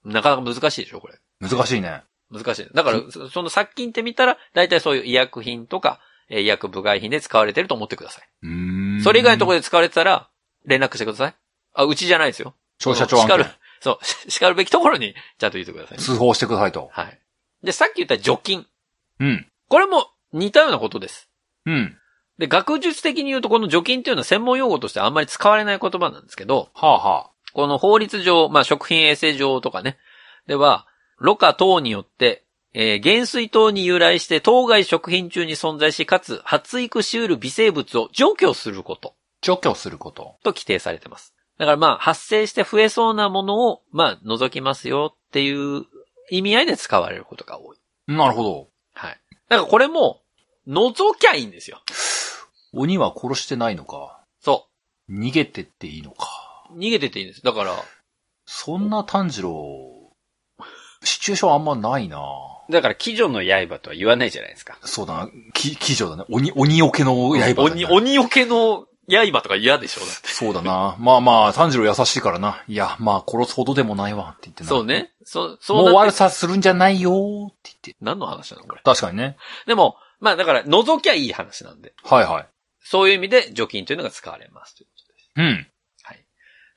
[SPEAKER 1] なかなか難しいでしょ、これ。
[SPEAKER 2] 難しいね。
[SPEAKER 1] 難しい。だから、そその殺菌って見たら、大体そういう医薬品とか、えー医薬部外品で使われてると思ってください。
[SPEAKER 2] うーん。
[SPEAKER 1] それ以外のとこ
[SPEAKER 2] ろ
[SPEAKER 1] ろで使われてたら、連絡してください。あ、うちじゃないですよ。
[SPEAKER 2] 消費者庁
[SPEAKER 1] 叱
[SPEAKER 2] 案
[SPEAKER 1] る
[SPEAKER 2] 件。
[SPEAKER 1] そう、 叱るべきところに、ちゃんと言ってください。
[SPEAKER 2] 通報してくださいと。
[SPEAKER 1] はい。で、さっき言った除菌。
[SPEAKER 2] うん。
[SPEAKER 1] これも似たようなことです。
[SPEAKER 2] うん。
[SPEAKER 1] で、学術的に言うと、この除菌っていうのは専門用語としてあんまり使われない言葉なんですけど、
[SPEAKER 2] はあはあ。
[SPEAKER 1] この法律上、まあ、食品衛生上とかね、では、ろ過等によって、えー減衰等に由来して当該食品中に存在し、かつ発育しうる微生物を除去すること
[SPEAKER 2] 除去すること。
[SPEAKER 1] と規定されてます。だからまあ、発生して増えそうなものを、まあ、除きますよっていう意味合いで使われることが多い。
[SPEAKER 2] なるほど。
[SPEAKER 1] はい。だからこれも、除きゃいいんですよ。
[SPEAKER 2] 鬼は殺してないのか。
[SPEAKER 1] そ
[SPEAKER 2] 逃げてっていいのか。
[SPEAKER 1] う。逃げてていいんです。だから、
[SPEAKER 2] そんな炭治郎、シチュエーションあんまないな
[SPEAKER 3] だから、鬼女の刃とは言わないじゃないですか。
[SPEAKER 2] そうだな。き、鬼女だね。鬼、鬼よけの刃だね、
[SPEAKER 1] 鬼、鬼よけの刃とか嫌でしょだって
[SPEAKER 2] そうだな。まあまあ、炭治郎優しいからな。いや、まあ殺すほどでもないわって言ってな。
[SPEAKER 1] そう。ね。そ、そう
[SPEAKER 2] もう
[SPEAKER 1] なって
[SPEAKER 2] 悪さするんじゃないよーって言って。
[SPEAKER 1] 何の話なのこれ。
[SPEAKER 2] 確かにね。
[SPEAKER 1] でも、まあだから、覗きゃいい話なんで。
[SPEAKER 2] はいはい。
[SPEAKER 1] そういう意味で除菌というのが使われますということです。
[SPEAKER 2] うん。
[SPEAKER 1] はい。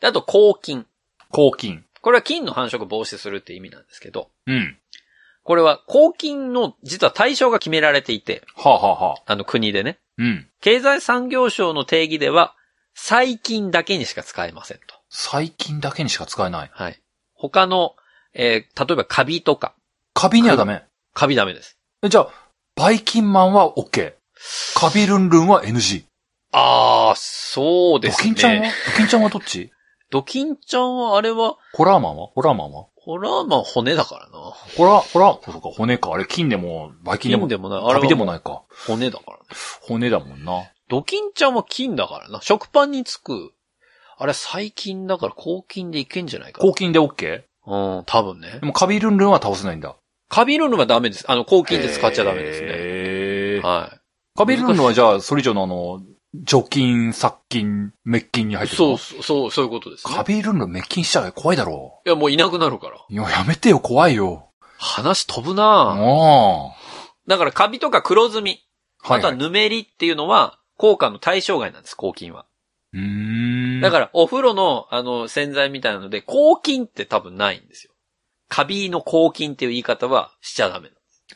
[SPEAKER 1] であと、抗菌。
[SPEAKER 2] 抗菌。
[SPEAKER 1] これは菌の繁殖を防止するって意味なんですけど、
[SPEAKER 2] うん。
[SPEAKER 1] これは抗菌の実は対象が決められていて、
[SPEAKER 2] はあ、はあはあ、
[SPEAKER 1] あの国でね。
[SPEAKER 2] うん。
[SPEAKER 1] 経済産業省の定義では、細菌だけにしか使えませんと。
[SPEAKER 2] 細菌だけにしか使えない。
[SPEAKER 1] はい。他の、えー例えばカビとか、
[SPEAKER 2] カビにはダメ。
[SPEAKER 1] カビダメです。
[SPEAKER 2] えじゃあ、バイキンマンは OK。カビルンルンは NG。
[SPEAKER 1] あー、そうで
[SPEAKER 2] ド
[SPEAKER 1] す
[SPEAKER 2] キ
[SPEAKER 1] ね。
[SPEAKER 2] ンちゃんはドキンちゃんはどっち
[SPEAKER 1] ドキンちゃんはあれは、
[SPEAKER 2] ホラーマンはホラーマンは
[SPEAKER 1] ホラーマン骨だからな。
[SPEAKER 2] ホラー、ホラー、そうか、骨か。あれ、金でも、バイキンでも、
[SPEAKER 1] 金でもない。あれ
[SPEAKER 2] カビでも
[SPEAKER 1] は
[SPEAKER 2] ないか。
[SPEAKER 1] 骨だからね。
[SPEAKER 2] 骨だもんな。
[SPEAKER 1] ドキンちゃんは金だからな。食パンにつく。あれ、細菌だから抗菌でいけんじゃないかな。
[SPEAKER 2] 抗菌で OK?
[SPEAKER 1] うん、多分ね
[SPEAKER 2] で。もカビルンルンは倒せないんだ。
[SPEAKER 1] カビルルンはダメです。あの、抗菌で使っちゃダメです
[SPEAKER 2] す
[SPEAKER 1] ね。。は
[SPEAKER 2] カビルンルンはじゃあ、それ以上のあの、除菌、殺菌、滅菌に入
[SPEAKER 1] い。
[SPEAKER 2] ってる
[SPEAKER 1] そ
[SPEAKER 2] の
[SPEAKER 1] う、そうそう、そういうことです、ね
[SPEAKER 2] カ。ビルンルン滅菌しちゃうよ。怖いだろ
[SPEAKER 1] いや、もういなくなるから。
[SPEAKER 2] う。いや、やめてよ、怖いよ。
[SPEAKER 1] 話飛ぶなぁ
[SPEAKER 2] も
[SPEAKER 1] だから、カビとか黒ずみ、
[SPEAKER 2] う。は
[SPEAKER 1] あ
[SPEAKER 2] い
[SPEAKER 1] と
[SPEAKER 2] は。
[SPEAKER 1] はいぬめりっていうのは、効果の対象外なんです、抗菌は。
[SPEAKER 2] うーん。
[SPEAKER 1] だ
[SPEAKER 2] ら、
[SPEAKER 1] から、お風呂の、あの、洗剤みたいなので、抗菌って多分ないんですよ。カビの抗菌っていう言い方はしちゃダメ。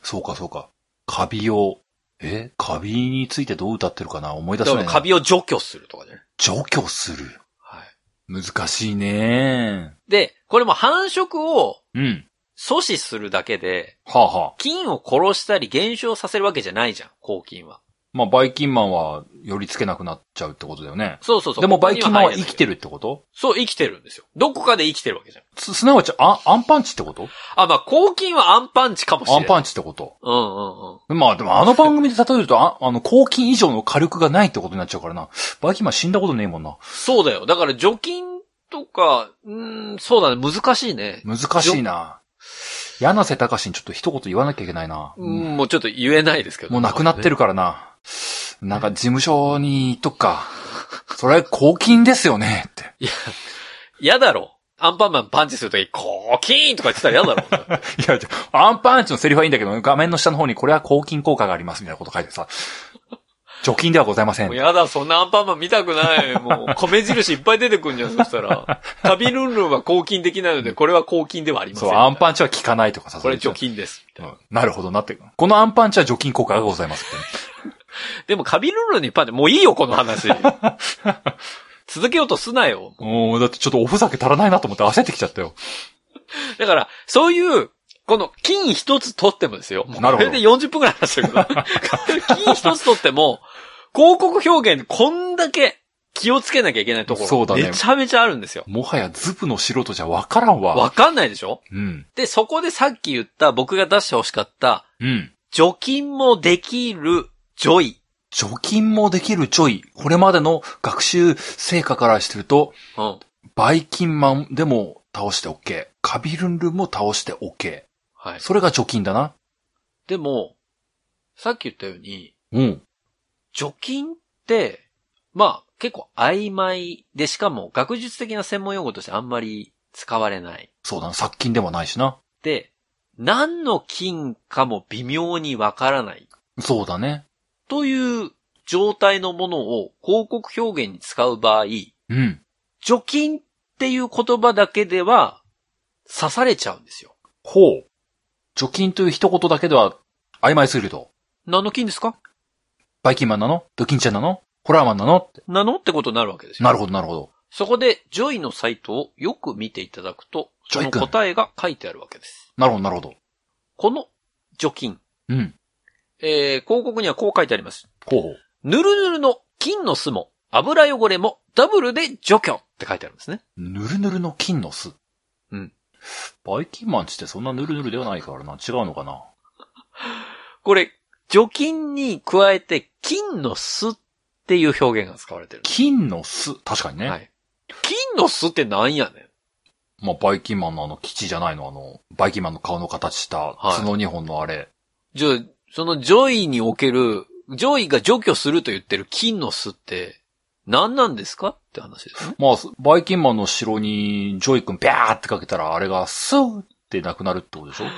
[SPEAKER 2] そうか、そうか。カビを、えカビについてどう歌ってるかな思い
[SPEAKER 1] だ
[SPEAKER 2] 出せ
[SPEAKER 1] から、
[SPEAKER 2] ないな。
[SPEAKER 1] カビを除去するとかね。
[SPEAKER 2] 除去する。
[SPEAKER 1] はい。
[SPEAKER 2] 難しいね
[SPEAKER 1] で、これも繁殖を
[SPEAKER 2] うん。
[SPEAKER 1] 阻止するだけで、
[SPEAKER 2] はあはあ。
[SPEAKER 1] 菌を殺したり減少させるわけじゃないじゃん、抗菌は。
[SPEAKER 2] まあ、バイキンマンは、寄り付けなくなっちゃうってことだよね。
[SPEAKER 1] そうそうそう。
[SPEAKER 2] でも、バイキンマンは生きて
[SPEAKER 1] る。
[SPEAKER 2] るってこと
[SPEAKER 1] そう、生きてるんですよ。どこかで生きてるわけじゃん。
[SPEAKER 2] す、すなわち、あ、アンパンチってこと
[SPEAKER 1] あ、まあ、抗菌はアンパンチかもしれ
[SPEAKER 2] ア
[SPEAKER 1] ない。
[SPEAKER 2] ンパ
[SPEAKER 1] ンチ。
[SPEAKER 2] ンチってこと
[SPEAKER 1] うんうんうん。
[SPEAKER 2] まあでもあの番組で例えると、ああの、抗菌以上の火力がないってことになっちゃうからな。バイキンマン死んだことねえもんな。
[SPEAKER 1] そうだよ。だから、除菌とか、うーん、そうだね、難しいね。
[SPEAKER 2] 難しいな。柳瀬隆にちょっと一言言わなきゃいけないな。
[SPEAKER 1] うん、もうちょっと言えないですけど。
[SPEAKER 2] もう亡くなってるからな。なんか事務所に言っとくか。それ、抗菌ですよねって。
[SPEAKER 1] 嫌だろ。アンパンマンパンチするとき、コーキーンとか言ってたら嫌だ ろ。
[SPEAKER 2] いや、アンパンチのセリフはいいんだけど、画面の下の方にこれは抗菌効果がありますみたいなこと書いてさ。除菌ではございません
[SPEAKER 1] もう。嫌だ、そんなアンパンマン見たくない。もう、米印いっぱい出てくんじゃん、そしたら。カビルンルンは抗菌できないので、これは抗菌ではありません。
[SPEAKER 2] そう、アンパンチは効かないとかさ。
[SPEAKER 1] これ除
[SPEAKER 2] 菌。
[SPEAKER 1] 菌です。
[SPEAKER 2] うんなるほどなって。このアンパンチは除菌効果がございますって。
[SPEAKER 1] でも、カビルンルンにパンで、もういいよ、この 話。続けようとすなよ。
[SPEAKER 2] おーだってちょっとおふざけ足らないなと思って焦ってきちゃったよ。
[SPEAKER 1] だから、そういう、この、金一つ取ってもですよ。もう
[SPEAKER 2] なるほど
[SPEAKER 1] これで40分くらい 話してるけど。金一つ取っても、広告表現こんだけ気をつけなきゃいけないところ、
[SPEAKER 2] そうだね
[SPEAKER 1] めちゃめちゃあるんですよ。
[SPEAKER 2] もはやズブの素人じゃわからんわ。
[SPEAKER 1] わかんないでしょ
[SPEAKER 2] うん。
[SPEAKER 1] で、そこでさっき言った僕が出してほしかった、
[SPEAKER 2] うん。
[SPEAKER 1] 除菌もできる、ジョイ。
[SPEAKER 2] 除菌もできるちょい。これまでの学習成果からしてると、
[SPEAKER 1] うん。
[SPEAKER 2] バイキンマンでも倒して OK。カビルンルンも倒して OK。
[SPEAKER 1] はい。
[SPEAKER 2] それが除菌だな。
[SPEAKER 1] でも、さっき言ったように、
[SPEAKER 2] うん。
[SPEAKER 1] 除菌って、まあ、結構曖昧で、しかも学術的な専門用語としてあんまり使われない。
[SPEAKER 2] そうだな。殺菌でもないしな。
[SPEAKER 1] で、何の菌かも微妙にわからない。
[SPEAKER 2] そうだね。
[SPEAKER 1] という状態のものを広告表現に使う場合、
[SPEAKER 2] うん。
[SPEAKER 1] 除菌っていう言葉だけでは刺されちゃうんですよ。
[SPEAKER 2] ほう。除菌という一言だけでは曖昧すぎると。
[SPEAKER 1] 何の菌ですか
[SPEAKER 2] バイキンマンなのドキンちゃんなのホラーマンなのって。
[SPEAKER 1] なのってことになるわけですよ。
[SPEAKER 2] なるほど、なるほど。
[SPEAKER 1] そこで、ジョイのサイトをよく見ていただくと、そ
[SPEAKER 2] ジョ
[SPEAKER 1] の
[SPEAKER 2] イ君
[SPEAKER 1] 答えが書いてあるわけです。
[SPEAKER 2] なるほど、なるほど。
[SPEAKER 1] この除菌、
[SPEAKER 2] うん。
[SPEAKER 1] えー、広告にはこう書いてあります。
[SPEAKER 2] ほうほう。
[SPEAKER 1] ぬるぬるの菌の巣も油汚れもダブルで除去って書いてあるんですね。
[SPEAKER 2] ぬるぬるの菌の巣。
[SPEAKER 1] うん。
[SPEAKER 2] バイキンマンちってそんなぬるぬるではないからな。違うのかな
[SPEAKER 1] これ、除菌に加えて菌の巣っていう表現が使われてるんです。
[SPEAKER 2] 菌の巣。確かにね。
[SPEAKER 1] はい。菌の巣ってなんやねん。
[SPEAKER 2] まあ、バイキンマンのあの、基地じゃないの、あの、バイキンマンの顔の形した、
[SPEAKER 1] はい
[SPEAKER 2] 角二本のあれ。
[SPEAKER 1] じゃあ、そのジョイにおける、ジョイが除去すると言ってる菌の巣って何なんですかって話ですね。
[SPEAKER 2] まあ、バイキンマンの城に、ジョイ君、ビャーってかけたら、あれが、スーってなくなるってことでしょ
[SPEAKER 1] い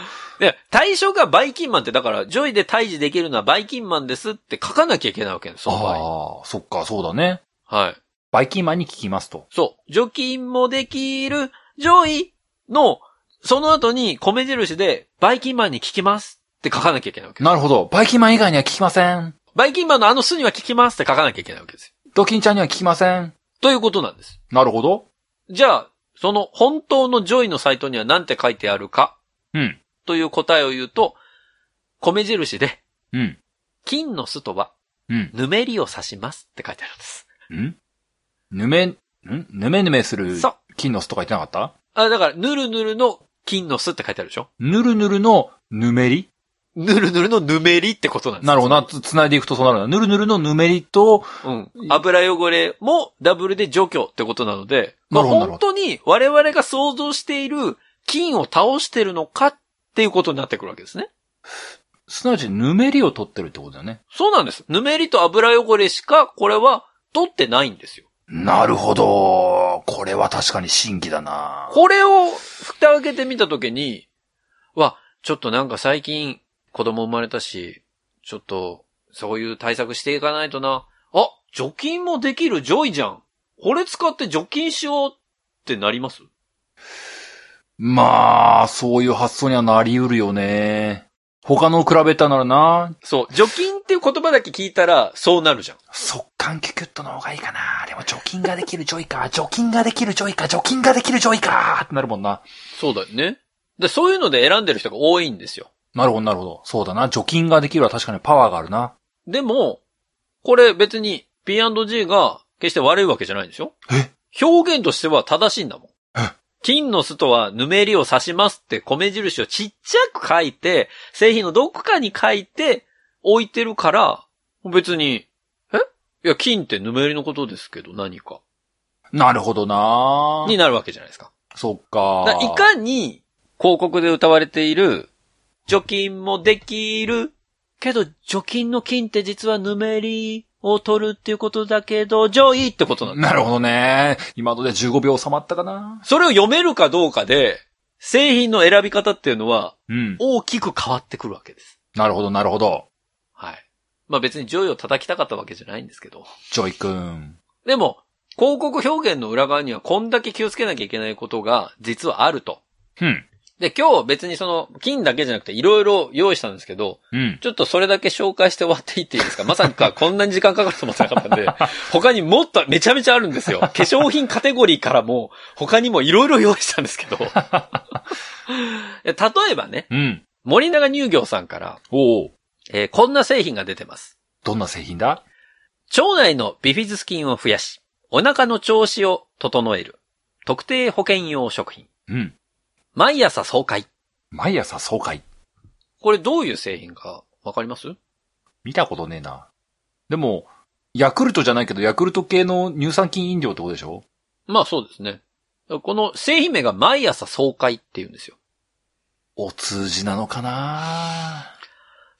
[SPEAKER 1] や、対象がバイキンマンって、だから、ジョイで退治できるのはバイキンマンですって書かなきゃいけないわけです、その場合。
[SPEAKER 2] ああ、そっか、そうだね。
[SPEAKER 1] はい。
[SPEAKER 2] バイキンマンに聞きますと。
[SPEAKER 1] そう。除菌もできる、ジョイの、その後に米印で、バイキンマンに効きますって書かなきゃいけないわけです。
[SPEAKER 2] なるほど。バイキンマン以外には聞きません。
[SPEAKER 1] バイキンマンのあの巣には効きますって書かなきゃいけないわけですよ。
[SPEAKER 2] ドキンちゃんには聞きません。
[SPEAKER 1] ということなんです。
[SPEAKER 2] なるほど。
[SPEAKER 1] じゃあ、その本当のジョイのサイトには何て書いてあるか
[SPEAKER 2] うん。
[SPEAKER 1] という答えを言うと、米印で、
[SPEAKER 2] うん。
[SPEAKER 1] 金の巣とは、
[SPEAKER 2] うん。
[SPEAKER 1] ぬめりを指しますって書いてあるんです。
[SPEAKER 2] んぬめ、んぬめぬめする
[SPEAKER 1] そう、
[SPEAKER 2] 金の巣とか言ってなかった
[SPEAKER 1] あ、だから、ぬるぬるの金の巣って書いてあるでしょ
[SPEAKER 2] ぬるぬるの、ぬめり
[SPEAKER 1] ぬるぬるのぬめりってことなんです。
[SPEAKER 2] なるほどな。つ、つないでいくとそうなるな。ぬるぬるのぬめりと、
[SPEAKER 1] うん。油汚れもダブルで除去ってことなので、
[SPEAKER 2] なるほど
[SPEAKER 1] まあ本当に我々が想像している金を倒してるのかっていうことになってくるわけですね。
[SPEAKER 2] すなわちぬめりを取ってるってことだよね。
[SPEAKER 1] そうなんです。ぬめりと油汚れしか、これは取ってないんですよ。
[SPEAKER 2] なるほど。これは確かに真偽だな。
[SPEAKER 1] これを蓋開けてみたときに、わ、ちょっとなんか最近子供生まれたし、ちょっとそういう対策していかないとな。あ、除菌もできるジョイじゃん。これ使って除菌しようってなります
[SPEAKER 2] まあ、そういう発想にはなり得るよね。他のを比べたならな、
[SPEAKER 1] そう、除菌っていう言葉だけ聞いたらそうなるじゃん。
[SPEAKER 2] 速乾キュキュットの方がいいかな。でも除菌ができるジョイか、除菌ができるジョイか、除菌ができるジョイかってなるもんな。
[SPEAKER 1] そうだよね。で、そういうので選んでる人が多いんですよ。
[SPEAKER 2] なるほど、なるほど。そうだな。除菌ができるは確かにパワーがあるな。
[SPEAKER 1] でも、これ別に P&G が決して悪いわけじゃないんでしょ
[SPEAKER 2] え
[SPEAKER 1] 表現としては正しいんだもん
[SPEAKER 2] え。
[SPEAKER 1] 金の巣とはぬめりを刺しますって米印をちっちゃく書いて、製品のどこかに書いて置いてるから、別に、えいや、金ってぬめりのことですけど何か。
[SPEAKER 2] なるほどな。
[SPEAKER 1] になるわけじゃないですか。
[SPEAKER 2] そっか。
[SPEAKER 1] だからいかに広告で歌われている、除菌もできる。けど、除菌の菌って実はぬめりを取るっていうことだけど、上位ってことなんだ。
[SPEAKER 2] なるほどね。今ので15秒収まったかな。
[SPEAKER 1] それを読めるかどうかで、製品の選び方っていうのは
[SPEAKER 2] うん。
[SPEAKER 1] 大きく変わってくるわけです。
[SPEAKER 2] なるほど、なるほど。
[SPEAKER 1] はい。まあ別に上位を叩きたかったわけじゃないんですけど。
[SPEAKER 2] ジョイ君。
[SPEAKER 1] でも、広告表現の裏側にはこんだけ気をつけなきゃいけないことが実はあると。
[SPEAKER 2] うん。
[SPEAKER 1] で、今日別にその菌だけじゃなくていろいろ用意したんですけど、
[SPEAKER 2] うん。
[SPEAKER 1] ちょっとそれだけ紹介して終わっていっていいですかまさかこんなに時間かかると思ってなかったんで、 他にもっとめちゃめちゃあるんですよ。化粧品カテゴリーからも、他にもいろいろ用意したんですけど。いや例えばね、
[SPEAKER 2] うん。
[SPEAKER 1] 森永乳業さんから、
[SPEAKER 2] おお。
[SPEAKER 1] えーこんな製品が出てます。
[SPEAKER 2] どんな製品だ
[SPEAKER 1] 腸内のビフィズス菌を増やし、お腹の調子を整える。特定保険用食品。
[SPEAKER 2] うん。
[SPEAKER 1] 毎朝爽快。
[SPEAKER 2] 毎朝爽快。
[SPEAKER 1] これどういう製品かわかります
[SPEAKER 2] 見たことねえな。でも、ヤクルトじゃないけど、ヤクルト系の乳酸菌飲料ってことでしょ
[SPEAKER 1] まあそうですね。この製品名が毎朝爽快って言うんですよ。
[SPEAKER 2] お通じなのかな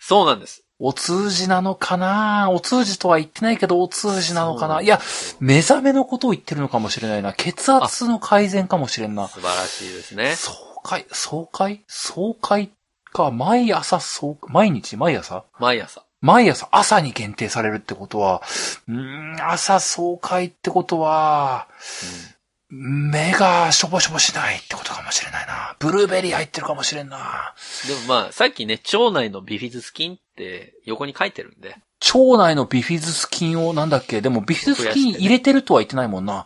[SPEAKER 1] そうなんです。
[SPEAKER 2] お通じなのかなお通じとは言ってないけど、お通じなのかないや、目覚めのことを言ってるのかもしれないな。血圧の改善かもしれんな。
[SPEAKER 1] 素晴らしいですね。
[SPEAKER 2] 爽快、爽快爽快か、毎朝爽、毎日毎朝
[SPEAKER 1] 毎朝。
[SPEAKER 2] 毎朝、朝に限定されるってことは、うーん、朝爽快ってことは、目がしょぼしょぼしないってことかもしれないな。ブルーベリー入ってるかもしれんな。
[SPEAKER 1] でもまあ、さっきね、腸内のビフィズス菌って横に書いてるんで。
[SPEAKER 2] 腸内のビフィズス菌をなんだっけでもビフィズス菌入れてるとは言ってないもんな。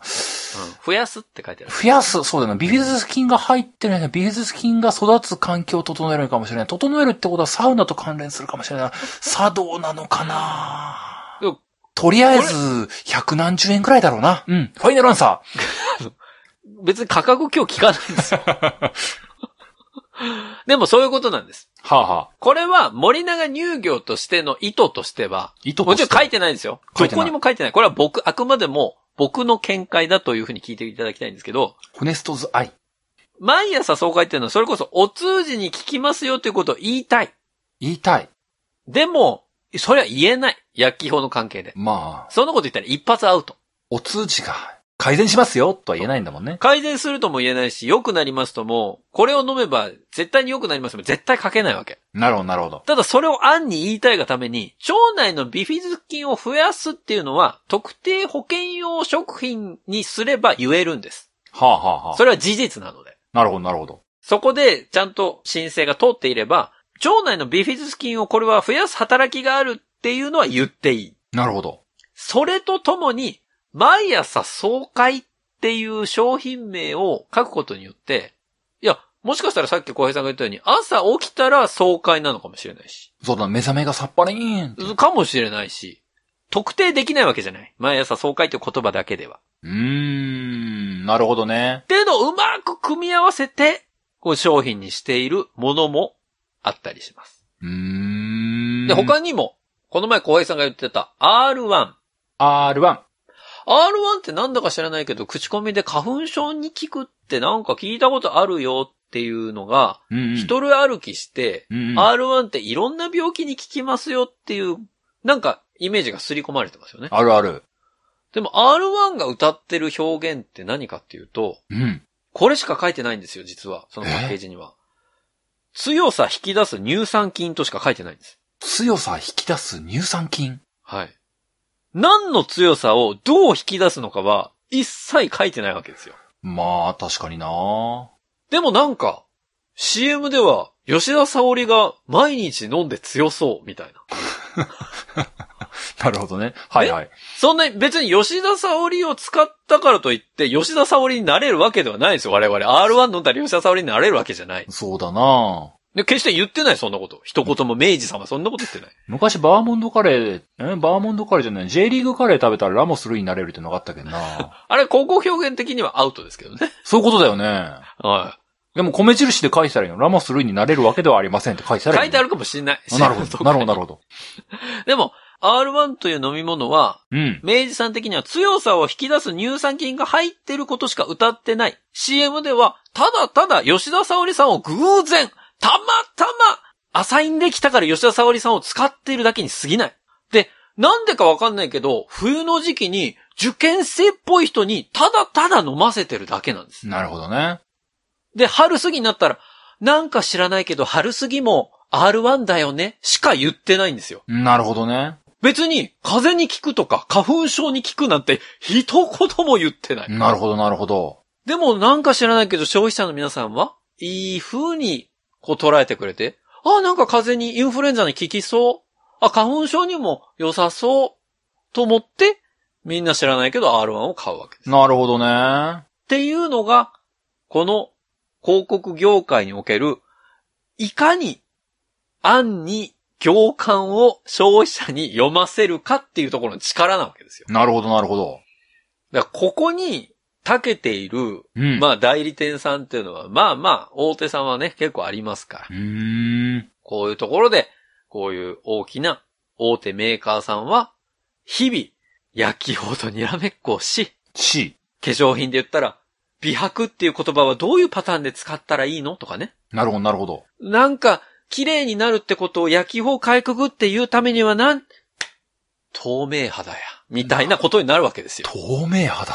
[SPEAKER 1] うん。増やすって書いてある。
[SPEAKER 2] 増やす、そうだよな。ビフィズス菌が入ってるんやけどビフィズス菌が育つ環境を整えるのかもしれない。整えるってことはサウナと関連するかもしれない。茶道なのかな
[SPEAKER 1] でも
[SPEAKER 2] とりあえず、百何十円くらいだろうな。うん。ファイナルアンサ
[SPEAKER 1] 別に価格今日聞かないんです よ。でもそういうことなんです。
[SPEAKER 2] ー。はあ、はあ、
[SPEAKER 1] これは森永乳業としての意図としては、
[SPEAKER 2] 糸
[SPEAKER 1] もちろん
[SPEAKER 2] 書
[SPEAKER 1] 書
[SPEAKER 2] い
[SPEAKER 1] いてないんですよ。
[SPEAKER 2] 書
[SPEAKER 1] ど
[SPEAKER 2] いて
[SPEAKER 1] こ
[SPEAKER 2] な
[SPEAKER 1] に
[SPEAKER 2] い
[SPEAKER 1] も書いてない。これは僕、あくまでも僕の見解だというふうに聞いていただきたいんですけど、
[SPEAKER 2] ホネストズアイ。
[SPEAKER 1] 毎朝爽快っていうのはそれこそお通じに聞きますよということを言いたい。
[SPEAKER 2] 言いたい。
[SPEAKER 1] でも、それは言えない。薬機法の関係で。
[SPEAKER 2] まあ、
[SPEAKER 1] そんなこと言ったら一発アウト。
[SPEAKER 2] お通じが改善しますよとは言えないんだもんね。
[SPEAKER 1] 改善するとも言えないし、良くなりますとも、これを飲めば絶対に良くなりますとも絶対書けないわけ。
[SPEAKER 2] なるほど、なるほど。
[SPEAKER 1] ただそれを暗に言いたいがために、腸内のビフィズス菌を増やすっていうのは、特定保険用食品にすれば言えるんです。
[SPEAKER 2] はあ、はあはあ、
[SPEAKER 1] それは事実なので。
[SPEAKER 2] なるほど、なるほど。
[SPEAKER 1] そこでちゃんと申請が通っていれば、腸内のビフィズス菌をこれは増やす働きがあるっていうのは言っていい。
[SPEAKER 2] なるほど。
[SPEAKER 1] それとともに、毎朝爽快っていう商品名を書くことによって、いや、もしかしたらさっき小平さんが言ったように、朝起きたら爽快なのかもしれないし、
[SPEAKER 2] そうだ、目覚めがさっぱりーん。
[SPEAKER 1] かもしれないし、特定できないわけじゃない。毎朝爽快という言葉だけでは。
[SPEAKER 2] うーん、なるほどね。
[SPEAKER 1] っていうのをうまく組み合わせて、こう商品にしているものもあったりします。
[SPEAKER 2] うーん。
[SPEAKER 1] で、他にも、この前小平さんが言ってた R1。
[SPEAKER 2] R1。
[SPEAKER 1] R1 ってなんだか知らないけど、口コミで花粉症に効くってなんか聞いたことあるよっていうのが、
[SPEAKER 2] うんうん、
[SPEAKER 1] 一人歩きして、
[SPEAKER 2] うんうん、
[SPEAKER 1] R1 っていろんな病気に効きますよっていう、なんかイメージが刷り込まれてますよね。
[SPEAKER 2] あるある。
[SPEAKER 1] でも R1 が歌ってる表現って何かっていうと、
[SPEAKER 2] うん。
[SPEAKER 1] これしか書いてないんですよ、実は。そのパッケージには。強さ引き出す乳酸菌としか書いてないんです。
[SPEAKER 2] 強さ引き出す乳酸菌。
[SPEAKER 1] はい。何の強さをどう引き出すのかは、一切書いてないわけですよ。
[SPEAKER 2] まあ、確かにな
[SPEAKER 1] でもなんか、CM では、吉田沙織が毎日飲んで強そう、みたいな。
[SPEAKER 2] なるほどね。はいはい。
[SPEAKER 1] そんな、別に吉田沙織を使ったからといって、吉田沙織になれるわけではないですよ、我々。R1 飲んだら吉田沙織になれるわけじゃない。
[SPEAKER 2] そうだな
[SPEAKER 1] で、決して言ってない、そんなこと。一言も明治様、そんなこと言ってない。
[SPEAKER 2] 昔バーモンドカレー、えバーモンドカレーじゃない、J リーグカレー食べたらラモスルイになれるってのがあったけ どな
[SPEAKER 1] あれ、高校表現的にはアウトですけどね。
[SPEAKER 2] そういうことだよね。
[SPEAKER 1] は
[SPEAKER 2] でも米印で書いてたらいいの。ラモスルイになれるわけではありませんって書いて
[SPEAKER 1] い。
[SPEAKER 2] たら
[SPEAKER 1] 書
[SPEAKER 2] いい
[SPEAKER 1] いてあ
[SPEAKER 2] の。
[SPEAKER 1] るかもしれない。
[SPEAKER 2] あなるほど。なるほど、なるほど。
[SPEAKER 1] でも、R1 という飲み物は、
[SPEAKER 2] うん。
[SPEAKER 1] 明治さん的には強さを引き出す乳酸菌が入ってることしか歌ってない。CM では、ただただ吉田沙織さんを偶然、たまたま、アサインできたから吉田沙織さんを使っているだけに過ぎない。で、なんでかわかんないけど、冬の時期に受験生っぽい人にただただ飲ませてるだけなんです。
[SPEAKER 2] なるほどね。
[SPEAKER 1] で、春過ぎになったら、なんか知らないけど春過ぎも R1 だよねしか言ってないんですよ。
[SPEAKER 2] なるほどね。
[SPEAKER 1] 別に、風邪に効くとか、花粉症に効くなんて、一言も言ってない。
[SPEAKER 2] なるほど、なるほど。
[SPEAKER 1] でも、なんか知らないけど、消費者の皆さんは、いい風に、こう捉えてくれて、あ、なんか風邪に、インフルエンザに効きそう。あ、花粉症にも良さそう。と思って、みんな知らないけど R1 を買うわけです。っ
[SPEAKER 2] なるほどね。
[SPEAKER 1] ていうのが、この広告業界における、いかに、暗に行間を消費者に読ませるかっていうところの力なわけですよ。
[SPEAKER 2] なるほど、なるほど。
[SPEAKER 1] だからここに、長けている、
[SPEAKER 2] うん。
[SPEAKER 1] まあ代理店さんっていうのは、まあまあ、大手さんはね、結構ありますから
[SPEAKER 2] う。ーん。
[SPEAKER 1] こういうところで、こういう大きな大手メーカーさんは、日々、焼き方とにらめっこをし、
[SPEAKER 2] C。
[SPEAKER 1] 化粧品で言ったら、美白っていう言葉はどういうパターンで使ったらいいのとかね。
[SPEAKER 2] なるほど、なるほど。
[SPEAKER 1] なんか、綺麗になるってことを焼き方かいくぐって言うためにはなん、透明肌や。みたいなことになるわけですよ。
[SPEAKER 2] 透明肌。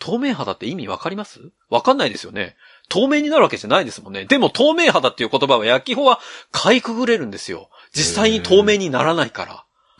[SPEAKER 1] 透明肌って意味わかりますわかんないですよね。透明になるわけじゃないですもんね。でも透明肌っていう言葉は焼き方はかいくぐれるんですよ。実際に透明にならないか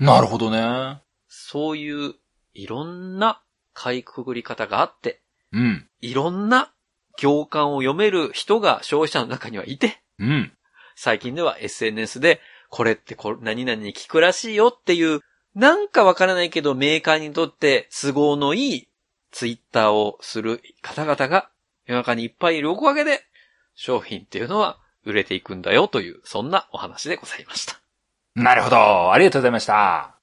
[SPEAKER 1] ら。
[SPEAKER 2] なるほどね。
[SPEAKER 1] そういういろんなかいくぐり方があって、
[SPEAKER 2] うん。
[SPEAKER 1] いろんな行間を読める人が消費者の中にはいて、
[SPEAKER 2] うん。
[SPEAKER 1] 最近では SNS で、これってこれ何々に聞くらしいよっていう、なんかわからないけどメーカーにとって都合のいいツイッターをする方々が世の中にいっぱいいるおかげで、商品っていうのは売れていくんだよという、そんなお話でございました。
[SPEAKER 2] なるほど。ありがとうございました。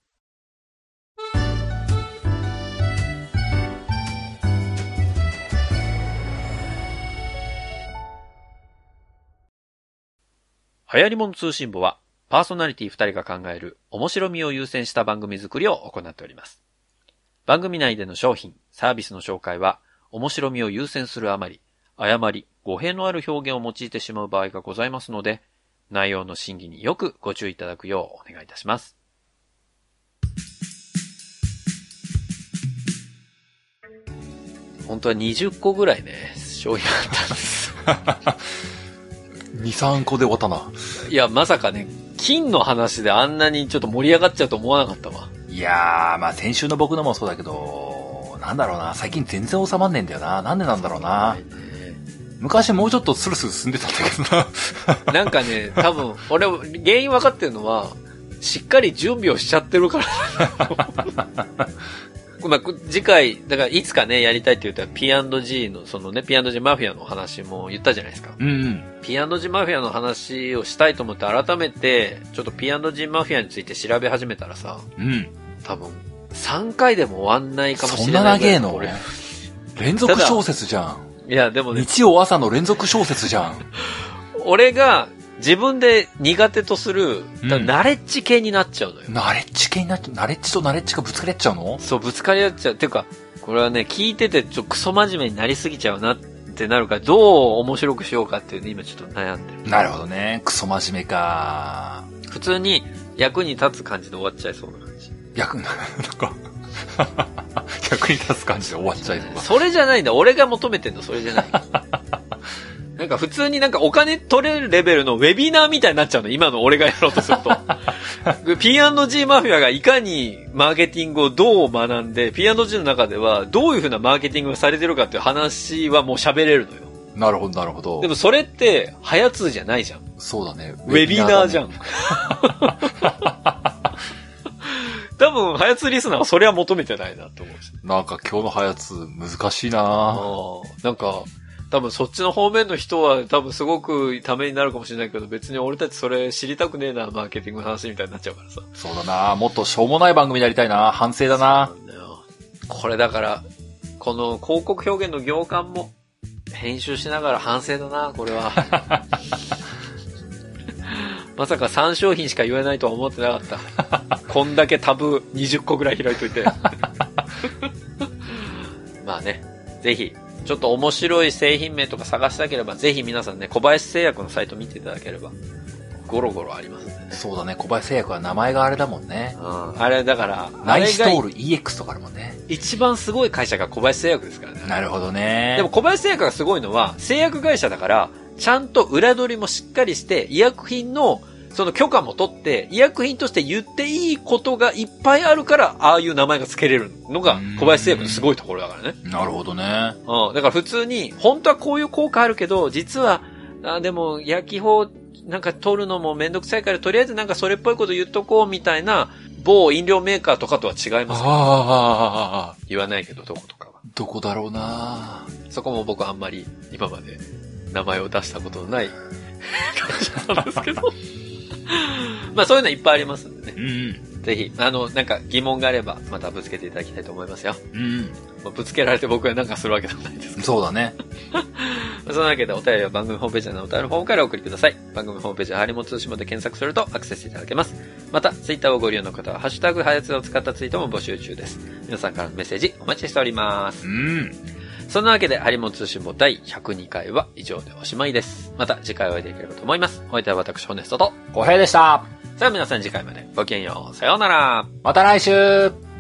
[SPEAKER 1] 流行り物通信簿は、パーソナリティ2人が考える面白みを優先した番組作りを行っております。番組内での商品、サービスの紹介は、面白みを優先するあまり、誤り、語弊のある表現を用いてしまう場合がございますので、内容の審議によくご注意いただくようお願いいたします。本当は20個ぐらいね、商品あったんです。
[SPEAKER 2] 2、3個で終わったな。
[SPEAKER 1] いや、まさかね、金の話であんなにちょっと盛り上がっちゃうと思わなかったわ。
[SPEAKER 2] いやー、まあ先週の僕のもそうだけど、なんだろうな。最近全然収まんねえんだよな。なんでなんだろうな。昔もうちょっとスルスル進んでたんだけどな。
[SPEAKER 1] なんかね、多分、俺、原因分かってるのは、しっかり準備をしちゃってるから。 まあ、こ次回、だからいつかね、やりたいって言ったら P&G の、そのね、P&G マフィアの話も言ったじゃないですか。
[SPEAKER 2] うんうん。
[SPEAKER 1] P&G マフィアの話をしたいと思って改めて、ちょっと P&G マフィアについて調べ始めたらさ、
[SPEAKER 2] うん。
[SPEAKER 1] 多分、3回でも終わんないかも
[SPEAKER 2] そ
[SPEAKER 1] し
[SPEAKER 2] ん
[SPEAKER 1] れな
[SPEAKER 2] ない
[SPEAKER 1] ぐ
[SPEAKER 2] 長
[SPEAKER 1] らい。
[SPEAKER 2] えの
[SPEAKER 1] 俺
[SPEAKER 2] 連続小説じゃん。
[SPEAKER 1] いや、でもね、
[SPEAKER 2] 日曜朝の連続小説じゃん。
[SPEAKER 1] 俺が自分で苦手とする、
[SPEAKER 2] うん
[SPEAKER 1] だからナレッジ系になっちゃうのよ。
[SPEAKER 2] ナレッジ系になっちゃう、ナレッジとナレッジがぶつかり合っちゃうの
[SPEAKER 1] そう、ぶつかり合っちゃう。ていうか、これはね、聞いててちょっとクソ真面目になりすぎちゃうなってなるから、どう面白くしようかっていうね、今ちょっと悩んでる。
[SPEAKER 2] なるほどね。クソ真面目か。
[SPEAKER 1] 普通に役に立つ感じで終わっちゃいそうな感じ。
[SPEAKER 2] 役、 なんか、役に立つ感じで終わっちゃいそうだ。
[SPEAKER 1] それじゃないんだ。俺が求めてんの、それじゃない。なんか普通になんかお金取れるレベルのウェビナーみたいになっちゃうの。今の俺がやろうとすると。P&G マフィアがいかにマーケティングをどう学んで、P&G の中ではどういうふうなマーケティングがされてるかっていう話はもう喋れるのよ。
[SPEAKER 2] なるほど、なるほど
[SPEAKER 1] で。もそれって、ハヤツーじゃないじゃん。
[SPEAKER 2] そうだね。
[SPEAKER 1] ウェビナーじゃ
[SPEAKER 2] ウェ
[SPEAKER 1] ん。 多分、ハヤツーリスナーはそれは求めてないなと思うし。
[SPEAKER 2] ビナーだね。なんか今日のハヤツ難しいな
[SPEAKER 1] あーなんか、多分そっちの方面の人は多分すごくためになるかもしれないけど、別に俺たちそれ知りたくねえな、マーケティングの話みたいになっちゃうからさ。
[SPEAKER 2] そうだなもっとしょうもない番組でやりたいな反省だな
[SPEAKER 1] なんだよこれだから、この広告表現の行間も、編集しながら反省だな、これは。 まさか3商品しか言えないとは思ってなかった。こんだけタブ20個ぐらい開いといて。 まあね、ぜひ、ちょっと面白い製品名とか探したければ、ぜひ皆さんね、小林製薬のサイト見ていただければ、ゴロゴロありますね。
[SPEAKER 2] そうだね、小林製薬は名前があれだもんね。
[SPEAKER 1] うん、あれだから、
[SPEAKER 2] ナイスト
[SPEAKER 1] あれ
[SPEAKER 2] ー
[SPEAKER 1] が
[SPEAKER 2] ル EX とかあるもんね。
[SPEAKER 1] 一番すごい会社が小林製薬ですからね。
[SPEAKER 2] なるほどね。
[SPEAKER 1] でも、小林製薬がすごいのは、製薬会社だから、ちゃんと裏取りもしっかりして、医薬品の、その許可も取って、医薬品として言っていいことがいっぱいあるから、ああいう名前が付けれるのが
[SPEAKER 2] うん、
[SPEAKER 1] 小林製薬のすごいところだからね。
[SPEAKER 2] なるほどね。
[SPEAKER 1] うん。だから普通に、本当はこういう効果あるけど、実は、あでも、薬き法、なんか取るのもめんどくさいから、とりあえずなんかそれっぽいこと言っとこうみたいな、某飲料メーカーとかとは違いますから
[SPEAKER 2] ああ、
[SPEAKER 1] 言わないけど、どことかは。
[SPEAKER 2] どこだろうな
[SPEAKER 1] そこも僕あんまり今まで名前を出したことのない会社なんですけど。まあそういうのいっぱいありますんでね。
[SPEAKER 2] うん。
[SPEAKER 1] ぜひ、あの、なんか疑問があればまたぶつけていただきたいと思いますよ。
[SPEAKER 2] うん。
[SPEAKER 1] まあぶつけられて僕がなんかするわけでもないですけ
[SPEAKER 2] そうだね。
[SPEAKER 1] ど。そんなわけでお便りは番組ホームページのお便りフォームからお送りください。番組ホームページはハリモ通信簿で検索するとアクセスいただけます。また、ツイッターをご利用の方は、ハッシュタグハヤツを使ったツイートも募集中です。皆さんからのメッセージお待ちしております。
[SPEAKER 2] うん。
[SPEAKER 1] そんなわけで、ハリモン通信簿第102回は以上でおしまいです。また次回お会いできればと思います。お相手は私、ホネストと。
[SPEAKER 2] 小平でした。
[SPEAKER 1] さあ皆さん次回までごきげんよう。さようなら。
[SPEAKER 2] また来週